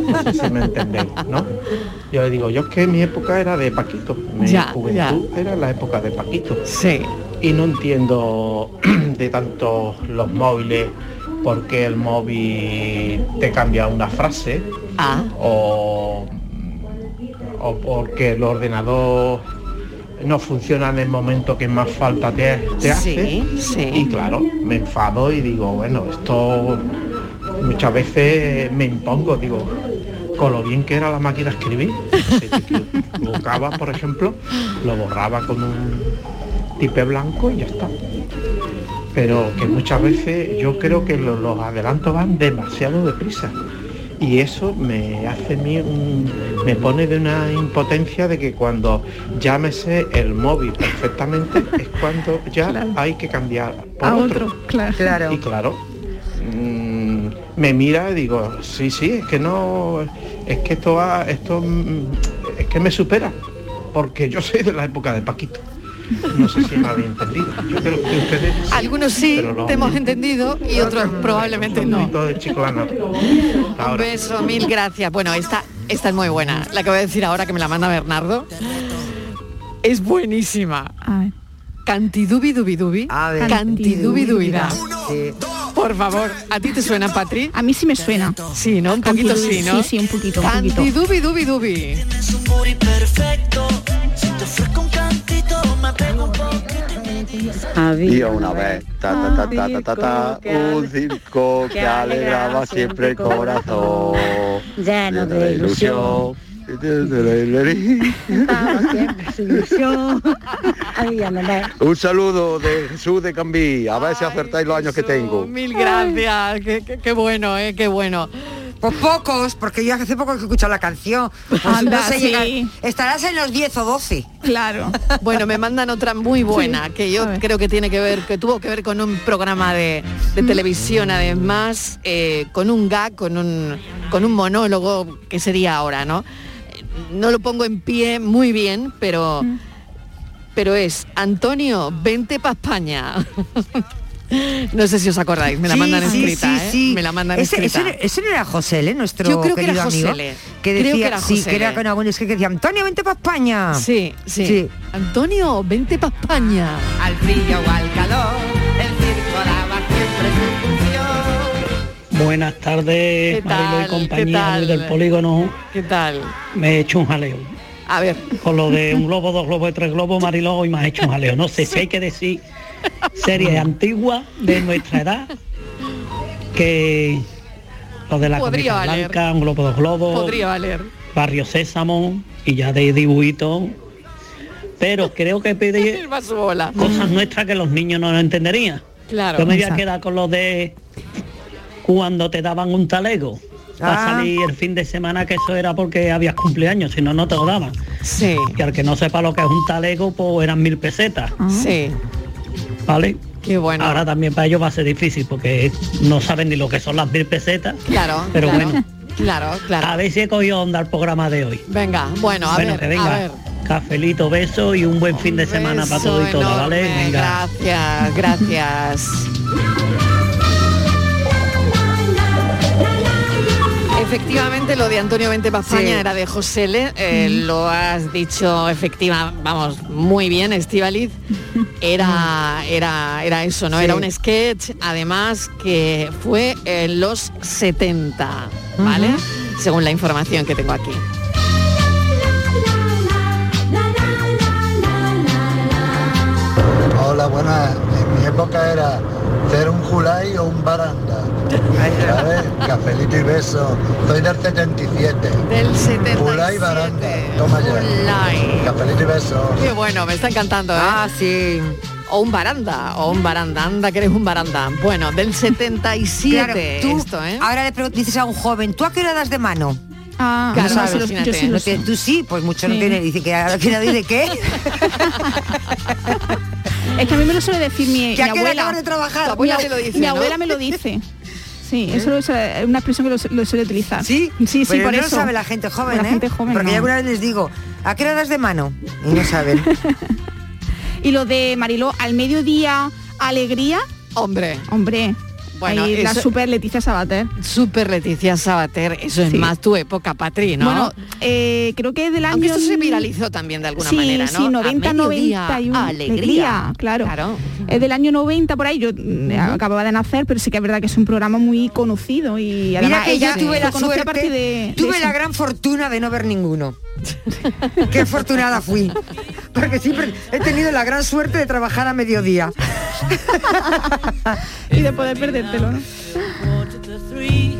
S18: No sé si me entendéis, ¿no? Yo digo, yo es que mi época era de Paquito. Mi
S12: Ya,
S18: juventud era la época de Paquito. Y no entiendo <clears throat> de tanto los móviles porque el móvil te cambia una frase
S12: Ah.
S18: o, o porque el ordenador no funciona en el momento que más falta te, te hace.
S12: Sí, sí.
S18: Y claro, me enfado y digo, bueno, esto muchas veces me impongo, digo, con lo bien que era la máquina de escribir, <laughs> si te equivocabas, por ejemplo, lo borraba con un tipe blanco y ya está. Pero que muchas veces yo creo que lo- los adelantos van demasiado deprisa. Y eso me hace a mí un- me pone de una impotencia de que cuando ya me sé el móvil perfectamente es cuando ya hay que cambiar por
S13: A
S18: otro.
S13: otro, claro.
S18: Y claro, mm, me mira y digo, sí, sí, es que no, es que esto va, esto mm, es que me supera, porque yo soy de la época de Paquito. No sé si me habéis entendido. Yo creo que ustedes
S12: Algunos sí,
S18: Pero no.
S12: te hemos entendido y otros probablemente no.
S18: todo de Chiclana.
S12: Un beso, mil gracias. Bueno, esta, esta es muy buena. La que voy a decir ahora que me la manda Bernardo. Es buenísima. Cantidubi dubi dubi. Cantidubi dubida. Por favor, ¿a ti te suena, Patri?
S13: A mí sí me suena.
S12: Sí, ¿no? Un poquito sí, ¿no?
S13: Sí, sí, un poquito, un poquito.
S12: Cantidubi dubi dubi.
S2: Tienes un booty perfecto. Si te ofrezco un cantito, me pego un poquito.
S16: Había una vez, ta, ta, ta, ta, ta, ta, ta, un circo que alegraba siempre el corazón, lleno de ilusión, <laughs>
S1: Un saludo de Jesús de Cambí. A ver si acertáis los años que
S12: <laughs>
S1: tengo.
S12: Mil gracias, qué, qué- qué bueno, eh, qué bueno.
S14: Pues pocos, porque yo hace poco que he escuchado la canción. Pues
S12: Anda,
S14: no sé
S12: sí.
S14: llegar- Estarás en los 10 o 12.
S12: Claro. Bueno, me mandan otra muy buena, que yo creo que tiene que ver, que tuvo que ver con un programa de, de
S4: Mm.
S12: televisión, además, eh, con un gag, con un, con un monólogo que sería ahora, ¿no? Eh, No lo pongo en pie muy bien, pero,
S4: Mm.
S12: pero es Antonio, vente pa' España. <laughs> No sé si os acordáis, me la
S14: Sí,
S12: mandan
S14: sí,
S12: escrita,
S14: sí,
S12: ¿eh?
S14: sí.
S12: Me la mandan
S14: ese, ese
S12: escrita.
S14: no- ese no era José, ¿eh? nuestro
S12: Yo creo que era
S14: querido amigo,
S12: Josele.
S14: Que
S12: Creo
S14: decía,
S12: que era
S14: sí, que
S12: Josele.
S14: era con algunos que decía, Antonio, vente para España.
S12: Sí, sí, Antonio, vente pa' España.
S16: Al frío o al calor, el circo daba siempre su función.
S4: Buenas tardes, Marilo y compañía
S12: tal?
S4: del polígono.
S12: ¿Qué tal?
S4: Me he hecho un jaleo.
S12: A ver.
S4: Con lo de un globo, dos globos, tres globos, Marilo, hoy me has hecho un jaleo. No sé si hay que decir series antiguas de nuestra edad que lo de la
S12: Podría
S4: Cometa
S12: valer.
S4: blanca, un globo, dos globos,
S12: Podría valer.
S4: Barrio Sésamo y ya de dibujito. Pero creo que pedí
S12: <laughs> Va su bola.
S4: cosas nuestras que los niños no entenderían.
S12: Claro.
S4: Yo me voy a
S12: Exacto.
S4: quedar con lo de cuando te daban un talego. Para
S12: Ah.
S4: salir el fin de semana, que eso era porque habías cumpleaños, si no, no te lo daban.
S12: Sí.
S4: Y al que no sepa lo que es un talego, pues eran mil pesetas.
S12: Ah. Sí.
S4: ¿Vale?
S12: Qué bueno.
S4: Ahora también para ellos va a ser difícil porque no saben ni lo que son las mil pesetas.
S12: Claro,
S4: Pero
S12: claro,
S4: bueno.
S12: Claro, claro.
S4: A ver si he cogido onda al programa de hoy.
S12: Venga, bueno, a
S4: bueno,
S12: ver,
S4: que venga.
S12: a ver.
S4: Cafelito, beso y un buen fin de semana para todo y
S12: Beso
S4: todo, ¿vale?
S12: enorme,
S4: Venga.
S12: Gracias, gracias. Efectivamente, lo de Antonio Vente Pazaña era de José L. eh, Lo has dicho efectiva, vamos, muy
S13: <laughs>
S12: bien, Estivaliz. Era, era, era eso, ¿no?
S14: Sí.
S12: Era un sketch, además, que fue en los 70, ¿vale? Según la información que tengo aquí.
S19: Hola, buenas. En mi época era ser un Julay o un baranda. ¿Sabes? Cafelito y beso. Soy del 77.
S12: Del 77.
S19: Julay baranda. Toma ya.
S12: Julay.
S19: Cafelito y beso.
S12: Qué bueno, me está encantando, ¿eh? Ah,
S14: sí.
S12: O un baranda, o un baranda, anda que eres un baranda. Bueno, del 77
S14: Claro, tú
S12: esto, ¿eh?
S14: ahora le pregun- dices a un joven, ¿tú a qué hora das de mano?
S13: Ah,
S12: Claro, yo sí lo- yo sí lo
S14: No tiene-
S12: sé.
S14: tú sí, pues mucho no
S13: Sí.
S14: tiene. Dice que ahora que nadie de
S13: <laughs>
S14: qué.
S13: Es que a mí me lo suele decir mi,
S14: Que
S13: mi
S14: a qué hora
S13: abuela.
S14: acabas de trabajar.
S13: Mi
S14: Tu abuela
S13: ab-
S14: te lo dice,
S13: Mi
S14: ¿no?
S13: abuela me lo dice. Sí, eso lo suele- es eh, una expresión que lo, su- lo suele utilizar. Sí, sí, sí,
S14: Pero
S13: por
S14: no lo
S13: eso.
S14: sabe la gente joven,
S13: La
S14: ¿eh?
S13: gente joven,
S14: Porque
S13: no.
S14: yo alguna vez les digo, ¿a qué hora das de mano? Y no saben.
S13: Y lo de Mariló, al mediodía, alegría.
S12: Hombre.
S13: Hombre.
S12: Bueno,
S13: Ahí la
S12: eso-
S13: super Leticia Sabater.
S12: Super Leticia Sabater, eso es
S13: Sí.
S12: más tu época, Patri, ¿no?
S13: Bueno, eh, creo que del año...
S12: Aunque esto se viralizó también de alguna
S13: sí,
S12: manera,
S13: Sí,
S12: ¿no?
S13: 90,
S12: A mediodía,
S13: 91.
S12: alegría.
S13: claro. Es del año 90, por ahí, yo mm, acababa de nacer, pero sí que es verdad que es un programa muy conocido <laughs> y además
S14: Mira que yo
S13: ella
S14: tuve
S13: lo
S14: la
S13: conocí a
S14: suerte,
S13: partir de- de
S14: tuve
S13: eso.
S14: la gran fortuna de no ver
S13: <laughs>
S14: ninguno. Qué afortunada fui. Porque siempre he tenido la gran suerte de trabajar a mediodía.
S13: <laughs> y de poder perdértelo, ¿no?
S20: the three,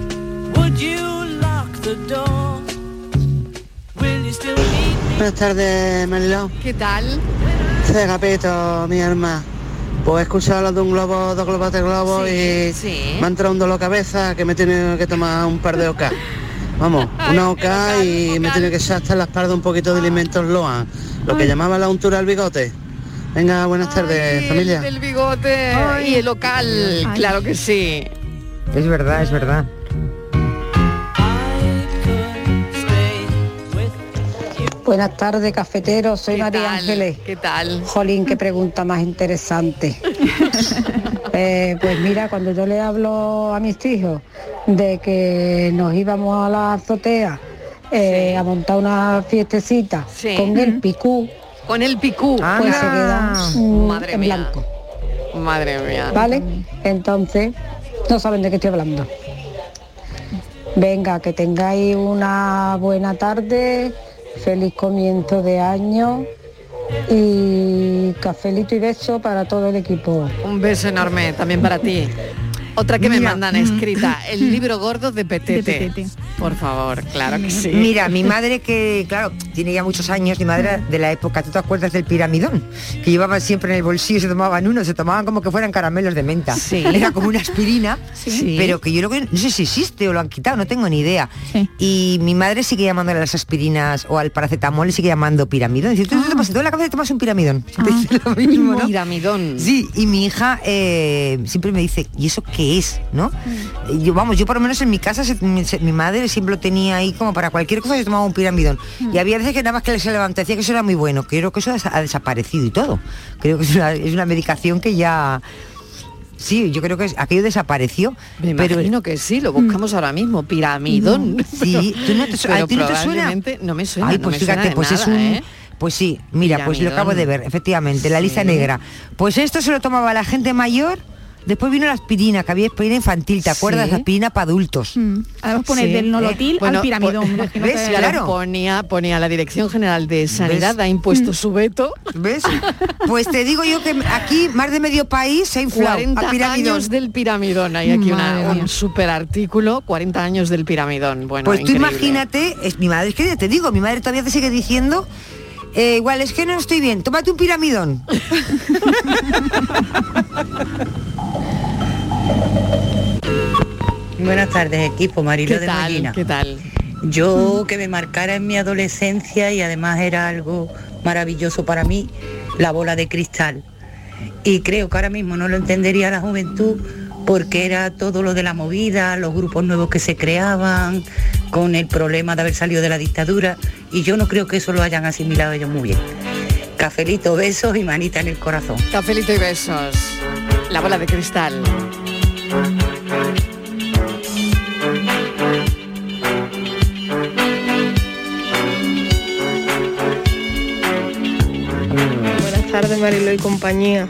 S20: would you lock the door? Will you still need
S6: Buenas tardes, Mariló.
S12: ¿Qué tal?
S6: Cegapito, mi alma. Pues he escuchado lo de un globo, dos globos, tres globos y me ha entrado un dolor de cabeza que me he tenido que tomar un par de oca.
S12: <laughs>
S6: Vamos, una oca y me he tenido que echar hasta la espalda un poquito de alimentos Loa, lo que llamaba la untura al bigote. Venga, buenas tardes, familia.
S12: El bigote y el local, claro que sí.
S14: Es verdad, es verdad.
S8: Buenas tardes, cafeteros. Soy María
S12: tal?
S8: Ángeles.
S12: ¿Qué tal?
S8: Jolín, qué pregunta más
S12: <laughs>
S8: interesante. Eh, pues mira, cuando yo le hablo a mis hijos de que nos íbamos a la azotea eh, a montar una fiestecita
S12: Sí.
S8: con el picú,
S12: Con el picú.
S14: Ah.
S12: ah,
S8: pues se quedan mm,
S12: Madre
S8: en
S12: mía.
S8: blanco,
S12: Madre mía.
S8: ¿vale? Entonces, no saben de qué estoy hablando. Venga, que tengáis una buena tarde, feliz comienzo de año y cafelito y beso para todo el equipo.
S12: Un beso enorme también para ti. Otra que me mandan escrita, el libro gordo de Petete. Por favor, claro que sí.
S14: Mira, mi madre que, claro, tiene ya muchos años, mi madre de la época, ¿tú te acuerdas del piramidón? Que llevaban siempre en el bolsillo, se tomaban uno, se tomaban como que fueran caramelos de menta.
S12: Sí.
S14: Era como una aspirina,
S12: Sí.
S14: pero que yo lo que, no sé si existe o lo han quitado, no tengo ni idea. Y mi madre sigue llamando a las aspirinas o al paracetamol, sigue llamando piramidón. Dice, tú te tomas en toda la cabeza te tomas un piramidón. Siempre
S12: Ah.
S14: dice <laughs> lo mismo, ¿no?
S12: Piramidón.
S14: Sí, y mi hija eh, siempre me dice, ¿y eso qué es? ¿No? Y
S12: Mm.
S14: Yo, vamos, yo por lo menos en mi casa, se- mi, se- mi madre siempre lo tenía ahí como para cualquier cosa, yo tomaba un piramidón.
S12: Mm.
S14: Y había veces que nada más que se levantaba, decía que eso era muy bueno. Creo que eso ha des- ha desaparecido y todo. Creo que es una, es una medicación que ya... Sí, yo creo que es- aquello desapareció. Mm.
S12: Me imagino que sí, lo buscamos ahora mismo, piramidón.
S14: Sí, tú no te, su-
S12: <laughs> pero
S14: ¿a ti no te suena?
S12: probablemente no me suena,
S14: Ay,
S12: no
S14: pues
S12: me
S14: fíjate,
S12: suena de
S14: pues es
S12: nada,
S14: un...
S12: ¿eh?
S14: Pues sí, mira, pues lo
S12: Piramidón.
S14: acabo de ver, efectivamente, la lista
S12: Sí.
S14: negra. Pues esto se lo tomaba la gente mayor, después vino la aspirina, que había aspirina infantil, ¿te acuerdas?
S12: Sí.
S14: La aspirina para adultos.
S13: Mm. Además poner
S12: Sí.
S13: del nolotil
S12: Eh, bueno,
S13: al piramidón.
S12: por-
S13: imagino
S12: ¿ves?
S13: que-
S12: Claro, ponía, ponía la Dirección General de Sanidad, ha impuesto su veto.
S14: Mm. ¿Ves? <laughs> Pues te digo yo que aquí más de medio país se ha inflado
S12: 40
S14: a piramidón.
S12: años del piramidón. Hay aquí una-
S14: Madre mía.
S12: un super artículo, 40 años del piramidón. Bueno,
S14: pues tú
S12: increíble.
S14: imagínate, es, mi madre, es que ya te digo, mi madre todavía te sigue diciendo, eh, igual es que no estoy bien, tómate un piramidón.
S7: <laughs> Buenas tardes, equipo. Marilo
S12: ¿Qué
S7: de
S12: tal?
S7: Molina.
S12: ¿Qué tal?
S7: Yo que me marcara en mi adolescencia y además era algo maravilloso para mí, la bola de cristal. Y creo que ahora mismo no lo entendería la juventud porque era todo lo de la movida, los grupos nuevos que se creaban, con el problema de haber salido de la dictadura. Y yo no creo que eso lo hayan asimilado ellos muy bien. Cafelito, besos y manita en el corazón.
S12: Cafelito y besos. La bola de cristal.
S8: Buenas tardes, Marilo y compañía.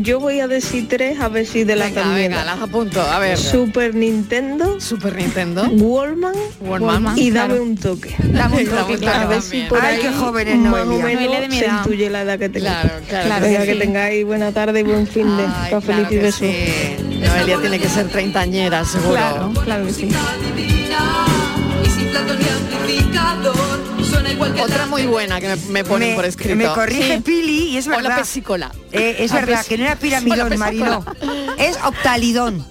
S8: Yo voy a decir tres, a ver si de la
S12: Venga, venga, las apunto. A ver.
S8: Super Nintendo.
S12: Super Nintendo.
S8: Wallman.
S12: Wallman,
S8: Y dame
S12: claro.
S8: un toque.
S12: Dame un toque,
S8: A
S12: claro,
S8: ver si
S12: también.
S8: por
S12: Ay,
S8: ahí
S12: qué joven es
S8: más o
S12: Noelia. Noelia de
S8: menos
S12: mi
S8: se
S12: edad.
S8: intuye la edad que tengo.
S12: Claro, claro que
S8: Venga, que,
S12: sí.
S8: tengáis buena tarde y buen fin de cafelito
S12: claro
S8: y
S12: que
S8: besos.
S12: sí. Noelia tiene que ser treintañera, seguro.
S8: Claro,
S12: claro que sí.
S9: Y sin platos ni amplificador, suena igual que
S12: Otra muy buena que me, me ponen
S9: Me-
S12: por escrito.
S9: me corrige
S14: Pili y es
S12: O la
S14: verdad.
S12: pesicola.
S14: Eh, es
S12: La
S14: verdad,
S12: pes-
S14: que no era piramidón,
S12: o la
S14: Marilo. Es optalidón.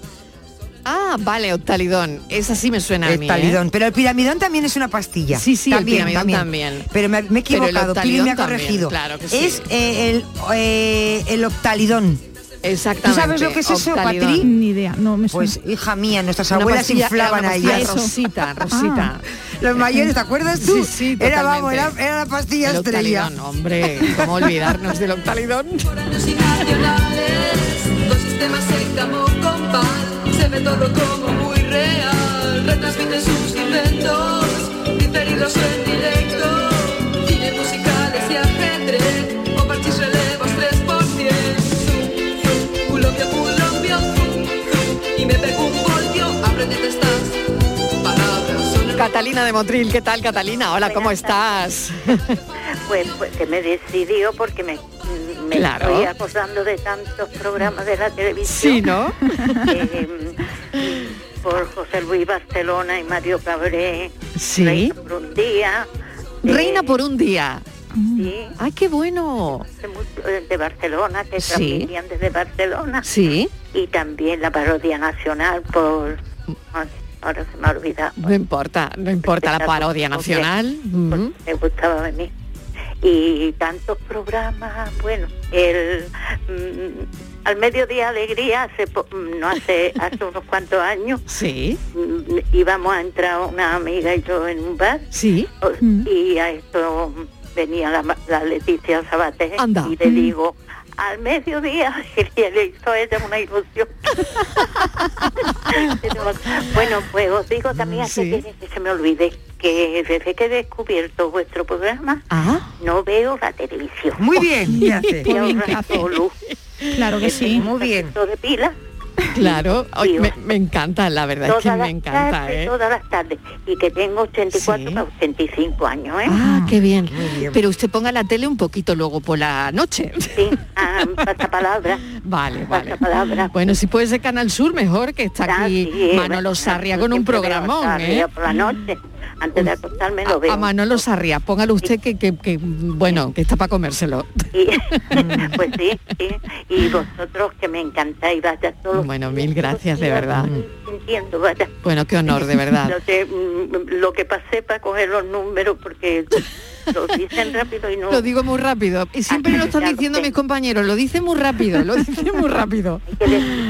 S12: Ah, vale, optalidón. Esa sí me suena a mí. ¿eh?
S14: Optalidón, pero el piramidón también es una pastilla.
S12: Sí, sí, el piramidón también.
S14: Pero me, me he
S12: Pero el
S14: equivocado, Pili me ha
S12: optalidón también,
S14: corregido.
S12: claro que sí.
S14: Es eh, el, eh, el optalidón.
S12: Exactamente.
S14: ¿Tú sabes lo que es eso,
S12: optalidón.
S14: Patri?
S13: Ni idea, no me Ah,
S14: Pues hija mía, nuestras
S12: Una
S14: abuelas
S12: pastilla-
S14: inflaban a
S12: era una pastilla
S14: ellas.
S12: Rosita, Rosita.
S14: Los mayores, ¿te acuerdas tú?
S12: Sí, sí,
S14: era vamos, era,
S12: totalmente.
S14: era la pastilla
S12: El
S14: estrella.
S12: optalidón, hombre, cómo olvidarnos del optalidón.
S9: nacionales, dos sistemas el camo compás, se ve todo como muy real, retransmiten sus inventos, diferidos en directo, cine musicales y ajedrez, o parches relevos 3 por 100, zum, zum, culombio, culombio, zum, zum, y me pego un voltio, aprendete estas palabras, son
S12: Catalina de Motril, ¿qué tal Catalina? Hola, ¿cómo estás?
S17: Pues, pues que me decidió porque me, me
S12: Claro.
S17: estoy acordando de tantos programas de la televisión.
S12: <laughs> Sí, ¿no?
S17: <laughs> Eh, por José Luis Barcelona y Mario Cabré.
S12: Sí.
S17: Por un día.
S12: Reina por un día. Mm.
S17: Sí.
S12: Ay, qué bueno.
S17: hace mucho, eh, de Barcelona, que
S12: Sí.
S17: transmitían desde Barcelona.
S12: Sí.
S17: Y también la parodia nacional por... ay, ahora se me ha olvidado.
S12: No importa, no importa la parodia nacional. Ujú.
S17: me gustaba de mí. Y tantos programas, bueno, el mm, al mediodía alegría hace po- mm, no
S12: <laughs>
S17: hace hace unos cuantos años.
S12: Sí.
S17: mm, íbamos a entrar una amiga y yo en un bar.
S12: Sí. Mm.
S17: o- Y a esto mm, venía la, ma- la Leticia Sabater
S12: Anda. Mm.
S17: y le digo al mediodía <laughs> y le hizo a ella una
S12: <laughs>
S17: ilusión. Pero, bueno, pues os digo también antes
S12: Sí.
S17: de que se me olvide que desde que he descubierto vuestro programa
S12: Ah,
S17: no veo la televisión.
S14: <laughs> Muy bien, ya sé.
S17: Veo
S14: Muy bien,
S17: Radio
S14: hace.
S17: Luz.
S14: Claro que
S17: Tengo
S14: sí.
S17: un
S14: Muy bien.
S17: cartucho de pila
S12: Claro, Ay, me, me encanta, la verdad es que
S17: Todas
S12: me
S17: las
S12: encanta,
S17: tardes,
S12: ¿eh?
S17: Todas las tardes. Y que tengo 84 para 85 años, ¿eh?
S12: Ah, qué bien. Pero usted ponga la tele un poquito luego por la noche.
S17: Sí, ah, pasapalabra.
S12: Vale, vale. Bueno, si puede ser Canal Sur mejor, que está aquí
S17: eh,
S12: Manolo Sarria con un programón, ¿eh?
S17: Por la noche, antes de acostarme lo
S12: A
S17: veo.
S12: Manolo Sarria, póngalo usted que, que- que, bueno, que está
S17: <laughs>
S12: para comérselo. Ah.
S17: Pues sí, sí. Y vosotros que me encantáis, vaya, todos
S12: Bueno, mil gracias, de verdad.
S17: sintiendo, vaya.
S12: Bueno, qué honor, de verdad.
S17: Mm. <laughs> Lo que, mm, lo que pasé para coger los números, porque
S12: <laughs>
S17: lo dicen rápido y no...
S12: Lo digo muy rápido. Y siempre lo están diciendo mis compañeros, lo dice muy rápido, lo dice
S17: <laughs>
S12: muy rápido.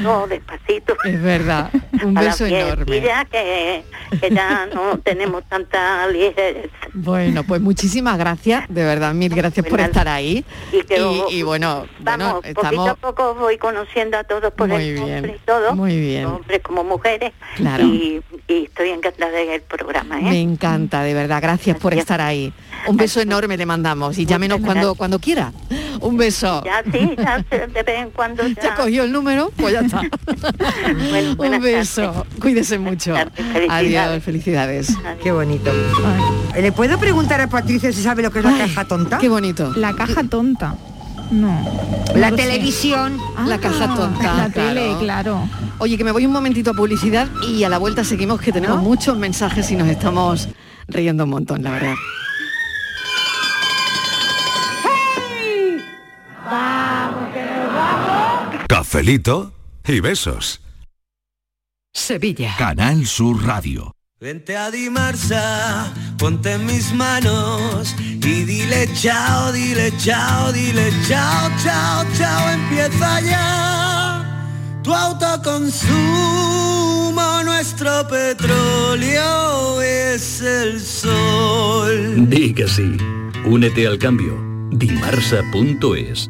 S17: No, despacito.
S12: Es verdad.
S17: <laughs>
S12: Un
S17: A la
S12: beso enorme.
S17: fiestilla Que, que ya no tenemos tanta ligereza.
S12: Bueno, pues muchísimas gracias, de verdad, mil gracias por estar ahí.
S17: Y, que oh, os-
S12: y bueno, bueno,
S17: Vamos, poquito a
S12: estamos
S17: poco voy conociendo a todos por
S12: Muy
S17: el nombre
S12: bien,
S17: y todo,
S12: muy bien.
S17: hombres como mujeres,
S12: Claro.
S17: y, y estoy encantada del programa. ¿eh?
S12: Me encanta, de verdad, gracias por estar ahí. Un beso enorme le mandamos y llámenos cuando cuando quiera. Un beso.
S17: Ya sí, ya se- de
S12: <laughs>
S17: vez en cuando ya.
S12: Ya cogió el número, pues
S17: <laughs>
S12: ya está. Un beso. Cuídese mucho. Adiós, felicidades.
S14: Qué bonito. ¿Le puedo preguntar a Patricia si sabe lo que es la caja tonta? Qué
S12: bonito. <laughs>
S13: La caja tonta. No.
S14: La
S13: No lo sé.
S14: televisión.
S12: La caja tonta.
S13: Ah, la tele, claro.
S12: Oye, que me voy un momentito a publicidad y a la vuelta seguimos que tenemos muchos mensajes y nos estamos riendo un montón, la verdad.
S1: Cafelito y besos.
S12: Sevilla.
S1: Canal Sur Radio.
S21: Vente a Dimarsa, ponte en mis manos y dile chao, dile chao, dile chao, chao, chao, empieza ya. Tu autoconsumo, nuestro petróleo es el sol.
S2: Di que sí. Únete al cambio. Dimarsa.es.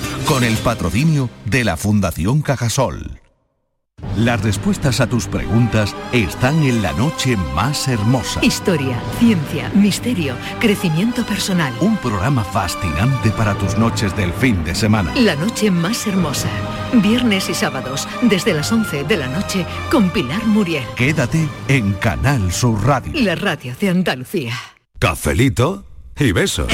S1: con el patrocinio de la Fundación Cajasol. Las respuestas a tus preguntas están en la noche más hermosa.
S22: Historia, ciencia, misterio, crecimiento personal.
S1: Un programa fascinante para tus noches del fin de semana.
S22: La noche más hermosa. Viernes y sábados, desde las 11 de la noche, con Pilar Muriel.
S1: Quédate en Canal Sur Radio.
S22: La radio de Andalucía.
S1: Cafelito y besos.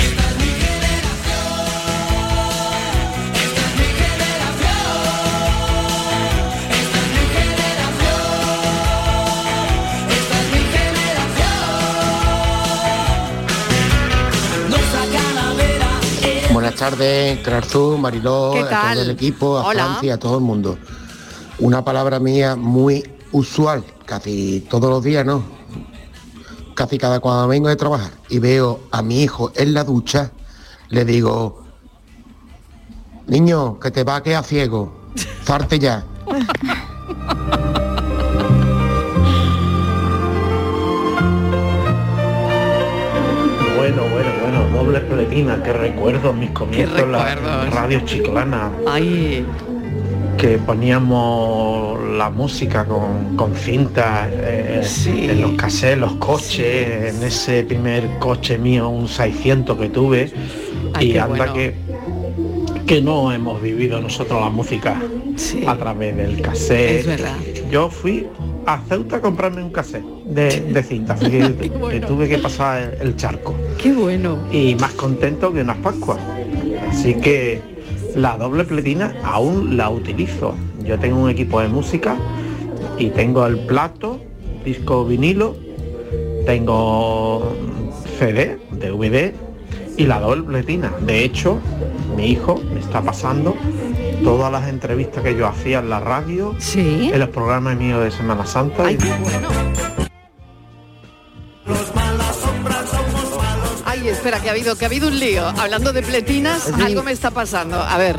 S10: Buenas tardes, Clarzu, Mariló,
S12: ¿Qué
S10: a
S12: tal?
S10: todo el equipo, a
S12: Hola.
S10: Francia, a todo el mundo. Una palabra mía muy usual, casi todos los días, ¿no? Casi cada cuando vengo de trabajar y veo a mi hijo en la ducha, le digo, niño, que te va a quedar ciego, zarte ya.
S18: Bueno, bueno, bueno, doble pletina, que recuerdo mis comienzos en la radio chiclana. Que poníamos la música con, con cintas eh, en los cassettes, los coches, en ese primer coche mío, un 600 que tuve.
S12: Ay,
S18: y
S12: qué
S18: anda
S12: bueno.
S18: que, que no hemos vivido nosotros la música a través del cassette.
S12: Es verdad.
S18: Yo fui a Ceuta a comprarme un cassette de, de cinta, así
S12: <laughs>
S18: que
S12: Qué bueno.
S18: que tuve que pasar el- el charco
S12: Qué bueno.
S18: y más contento que unas Pascuas. Así que la doble pletina aún la utilizo. Yo tengo un equipo de música y tengo el plato disco vinilo, tengo CD, DVD y la doble pletina. De hecho, mi hijo me está pasando todas las entrevistas que yo hacía en la radio, en los programas míos de Semana Santa. y digo,
S12: Ay, espera, que ha habido, que ha habido un lío. Hablando de pletinas, algo me está pasando. A ver,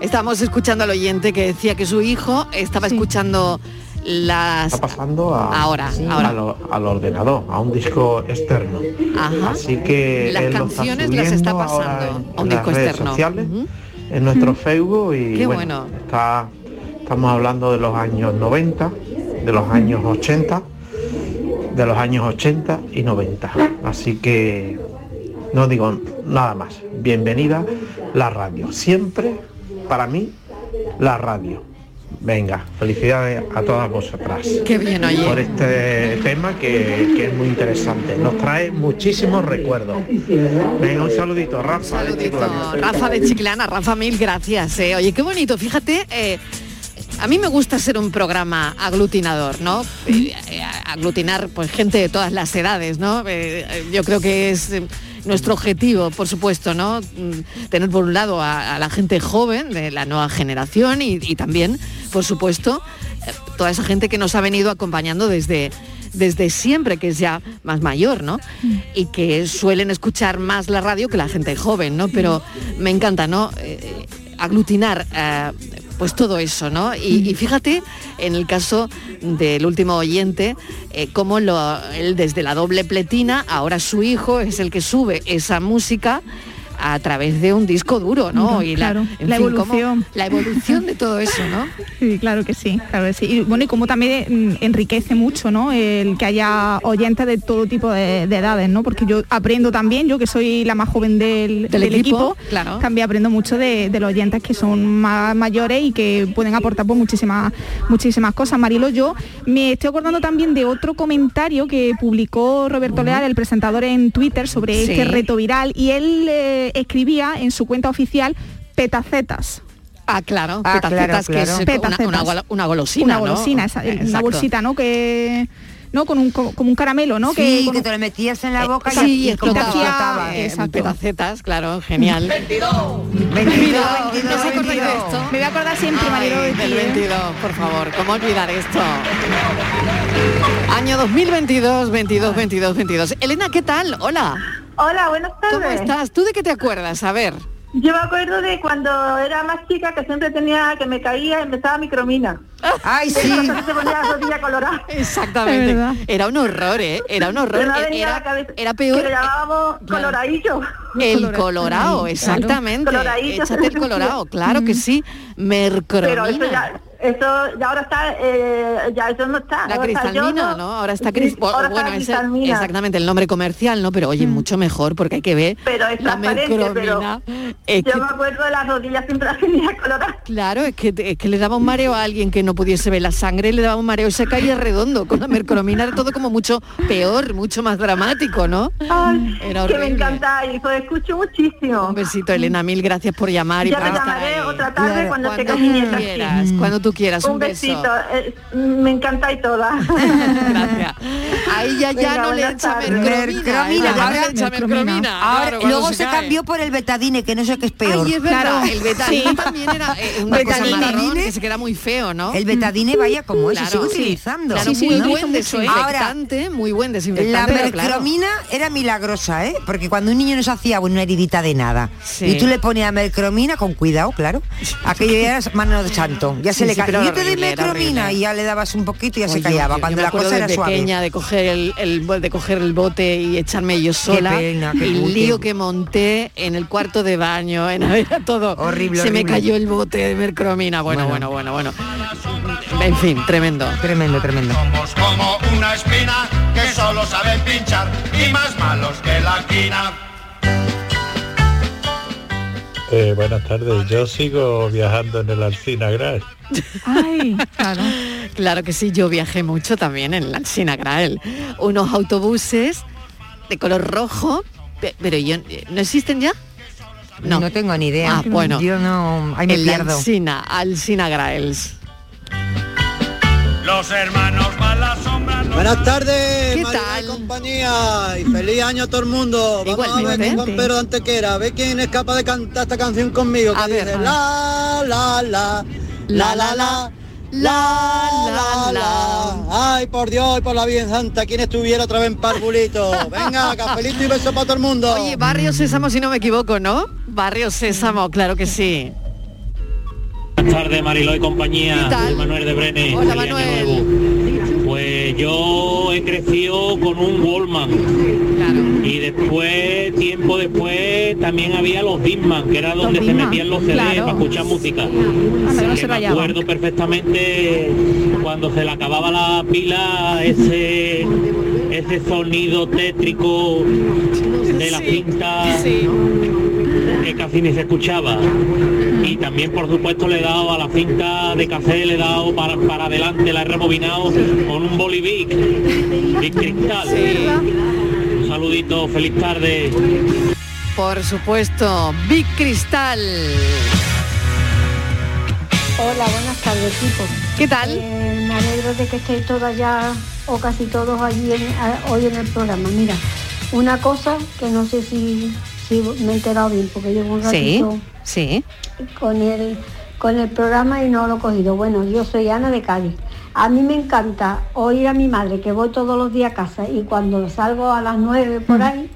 S12: estábamos escuchando al oyente que decía que su hijo estaba escuchando las...
S18: está pasando a,
S12: Ahora, ahora.
S18: al o- al ordenador, a un disco externo.
S12: Ajá.
S18: Así que
S12: Las
S18: él lo
S12: canciones
S18: está
S12: las está
S18: subiendo ahora
S12: pasando
S18: en
S12: a un
S18: las
S12: disco
S18: redes
S12: externo.
S18: sociales, en nuestro Facebook y
S12: Qué
S18: bueno, está, estamos hablando de los años 90, de los años 80, de los años 80 y 90. Así que no digo nada más. Bienvenida la radio. Siempre para mí la radio. Venga, felicidades a todas vosotras.
S12: Qué bien, oye.
S18: Por este tema que, que es muy interesante. Nos trae muchísimos recuerdos. Venga, un saludito, Rafa. de Chiclana.
S12: Rafa de Chiclana, Rafa, mil gracias. eh. Oye, qué bonito, fíjate, eh, a mí me gusta ser un programa aglutinador, ¿no? Eh, eh, aglutinar pues gente de todas las edades, ¿no? Eh, eh, yo creo que es eh, nuestro objetivo, por supuesto, ¿no? Mm, Tener por un lado a, a la gente joven de la nueva generación y, y también, por supuesto, eh, toda esa gente que nos ha venido acompañando desde desde siempre, que es ya más mayor, ¿no? y que suelen escuchar más la radio que la gente joven, ¿no? Pero me encanta, ¿no? Eh, aglutinar eh, pues todo eso, ¿no? Y, y fíjate en el caso del último oyente, eh, cómo lo, él desde la doble pletina, ahora su hijo es el que sube esa música a través de un disco duro, ¿no?
S13: No, claro, la
S12: fin, cómo-
S13: evolución.
S12: la evolución de todo eso, ¿no?
S13: <laughs> Sí, claro que sí, claro que sí. Y bueno, y como también mm, enriquece mucho, ¿no? El que haya oyentes de todo tipo de, de edades, ¿no? Porque yo aprendo también, yo que soy la más joven del,
S12: Del
S13: del
S12: equipo,
S13: equipo,
S12: claro.
S13: también aprendo mucho de, de los oyentes que son más mayores y que pueden aportar pues, muchísimas, muchísimas cosas. Marilo, yo me estoy acordando también de otro comentario que publicó Roberto Leal, el presentador en Twitter, sobre
S12: Sí.
S13: este reto viral, y él eh, escribía en su cuenta oficial petacetas.
S12: Ah, claro,
S13: Ah, claro, claro.
S12: petacetas, que es una- una,
S13: Petacetas.
S12: gola- una golosina,
S13: una
S12: ¿no?
S13: golosina, esa- eh, una
S12: Exacto.
S13: bolsita, ¿no? Que no con un co- como un caramelo, ¿no? Eh,
S14: Sí, que
S13: como-
S14: te lo metías en la boca y-
S12: Sí,
S14: y
S12: es como
S14: te hacía-
S12: eh,
S13: Ah, Exacto.
S12: petacetas, claro,
S13: <laughs>
S12: genial.
S13: 22,
S12: ¿No os acordáis de esto?
S13: Me voy a acordar siempre, Mariló, de
S12: Ay,
S13: ti,
S12: del
S13: ¿eh?
S12: 22, por favor, ¿cómo olvidar esto? Año 2022, 22, 22, 22. Elena, ¿qué tal? Hola.
S11: Hola, buenas tardes.
S12: ¿Cómo estás? ¿Tú de qué te acuerdas? A ver.
S11: Yo me acuerdo de cuando era más chica que siempre tenía que me caía y empezaba micromina.
S12: Ay,
S11: Y
S12: sí.
S11: entonces se ponía la rodilla colorada.
S12: <laughs> Exactamente. Era un horror, ¿eh? Era un horror.
S11: Que no venía a la
S12: Era,
S11: cabeza,
S12: era peor.
S11: que lo llamábamos coloradillo.
S12: El colorado, eh. exactamente.
S11: Coloradillo.
S12: Échate el colorado, claro
S13: Mm.
S12: que sí.
S11: Pero eso
S12: Mercromina.
S11: ya, eso ya ahora está, eh, ya eso no está.
S12: La
S11: Ahora está
S12: cristalmina,
S11: yodo.
S12: ¿no? Ahora está
S11: Sí,
S12: cris- o-
S11: ahora
S12: bueno,
S11: está
S12: ese-
S11: cristalmina.
S12: exactamente el nombre comercial, ¿no? Pero oye,
S13: Mm.
S12: mucho mejor porque hay que ver
S11: Pero es
S12: la
S11: transparente, pero
S12: mercromina. Es
S11: yo
S12: que-
S11: me acuerdo de las rodillas siempre las tenía <laughs> coloradas.
S12: Claro, es que, es que le daba un mareo a alguien que no pudiese ver la sangre, le daba un mareo y se caía redondo. Con la mercromina era todo como mucho peor, mucho más dramático, ¿no? Era
S11: que me
S12: horrible.
S11: encanta y lo escucho muchísimo.
S12: Un besito, Elena, mil gracias por llamar y
S11: ya
S12: por
S11: te
S12: estar
S11: llamaré
S12: ahí.
S11: otra tarde cuando, te
S12: Cuando
S11: cambie
S12: tú quieras, cuando tú quieras, un, beso.
S11: besito, eh, me encanta y toda.
S12: <laughs> Gracias. Ahí ya,
S11: Venga,
S12: ya no le
S11: buenas
S12: echa eh.
S11: tardes.
S12: mercromina.
S11: Mercromina,
S12: Eva,
S11: ahora-
S12: no le echa mercromina.
S14: Ahora,
S12: claro, cuando
S14: luego se,
S12: cae.
S14: cambió por el betadine, que no sé qué es peor.
S12: Ay, es verdad, el betadine
S14: Sí.
S12: también era eh, una cosa
S14: Betadine.
S12: marrón que se queda muy feo, ¿no?
S14: El betadine, vaya, como es, se
S12: Claro,
S14: sigue
S12: sí.
S14: utilizando.
S12: Claro,
S14: Sí,
S12: muy
S14: sí,
S12: buen
S14: ¿no? Ahora,
S12: desinfectante, muy buen
S14: la
S12: desinfectante, pero claro.
S14: mercromina era milagrosa, ¿eh? Porque cuando un niño no se hacía una heridita de nada
S12: Sí.
S14: y tú le ponías mercromina, con cuidado,
S12: <laughs>
S14: claro, aquello ya era mano de santo, ya se
S12: Sí,
S14: le
S12: sí,
S14: caía.
S12: pero
S14: yo te di
S12: horrible, era
S14: mercromina
S12: horrible.
S14: y ya le dabas un poquito y ya se
S12: Oye,
S14: callaba,
S12: yo- yo
S14: cuando
S12: me
S14: la
S12: acuerdo
S14: cosa era
S12: de
S14: suave.
S12: pequeña de coger el, el- de coger el bote y echarme yo sola
S14: pena, qué
S12: el
S14: bote.
S12: lío que monté en el cuarto de baño en era todo
S14: Horrible,
S12: se me
S14: horrible.
S12: cayó el bote de mercromina bueno bueno bueno bueno, en fin tremendo
S14: tremendo tremendo
S15: Somos Pues como una espina que solo saben pinchar y más malos que la quina.
S16: Eh, buenas tardes, yo sigo viajando en el Alcina Gras.
S12: claro. que sí, yo viajé mucho también en la Alsina Grael. Unos autobuses de color rojo, pe- pero yo ¿no existen ya? No.
S14: No tengo ni idea.
S12: Ah, bueno.
S14: Yo no, ahí me
S12: en La
S14: pierdo.
S12: Alsina, Alsina Graels.
S15: Los hermanos malas sombras
S16: Buenas tardes,
S12: ¿Qué
S16: Mariló y compañía y feliz año a todo el mundo. Vamos a ver
S12: Igualmente.
S16: con Juan Pedro de Antequera, a ver quién es capaz de cantar esta canción conmigo. Que dice, la la la la la la la la la. Ay, por Dios y por la Virgen Santa, quien estuviera otra vez en <laughs> Parbulito. Oh, Venga, cafelito y beso para todo el mundo.
S12: Oye,
S14: Mm.
S12: Barrio Sésamo, si no me equivoco, ¿no? Barrio Sésamo, claro que sí.
S23: Buenas tardes, Mariló y compañía. Soy Manuel de Brenes. Hola, Pues yo he crecido con un Wallman. Y después, tiempo después, también había los Disman, que era donde se metían los CDs
S13: claro.
S23: para escuchar música.
S13: Ah, pero no
S23: Que
S13: se
S23: me
S13: rayaban.
S23: acuerdo perfectamente cuando se le acababa la pila ese ese sonido tétrico de la cinta que casi ni se escuchaba. Y también, por supuesto, le he dado a la cinta de café, le he dado para, para adelante, la he rebobinado con un bolivic, Big cristal. Un saludito, feliz tarde.
S12: Por supuesto, Big Cristal.
S8: Hola, buenas tardes, equipo.
S12: ¿Qué tal?
S8: Eh, me alegro de que estéis todas ya, o casi todos allí en- a- hoy en el programa. Mira, una cosa que no sé si, si me he enterado bien, porque llevo un
S24: Sí,
S8: ratito
S24: sí.
S8: con el, con el programa y no lo he cogido. Bueno, yo soy Ana de Cádiz. A mí me encanta oír a mi madre, que voy todos los días a casa y cuando salgo a las 9 por
S12: Mm.
S8: ahí,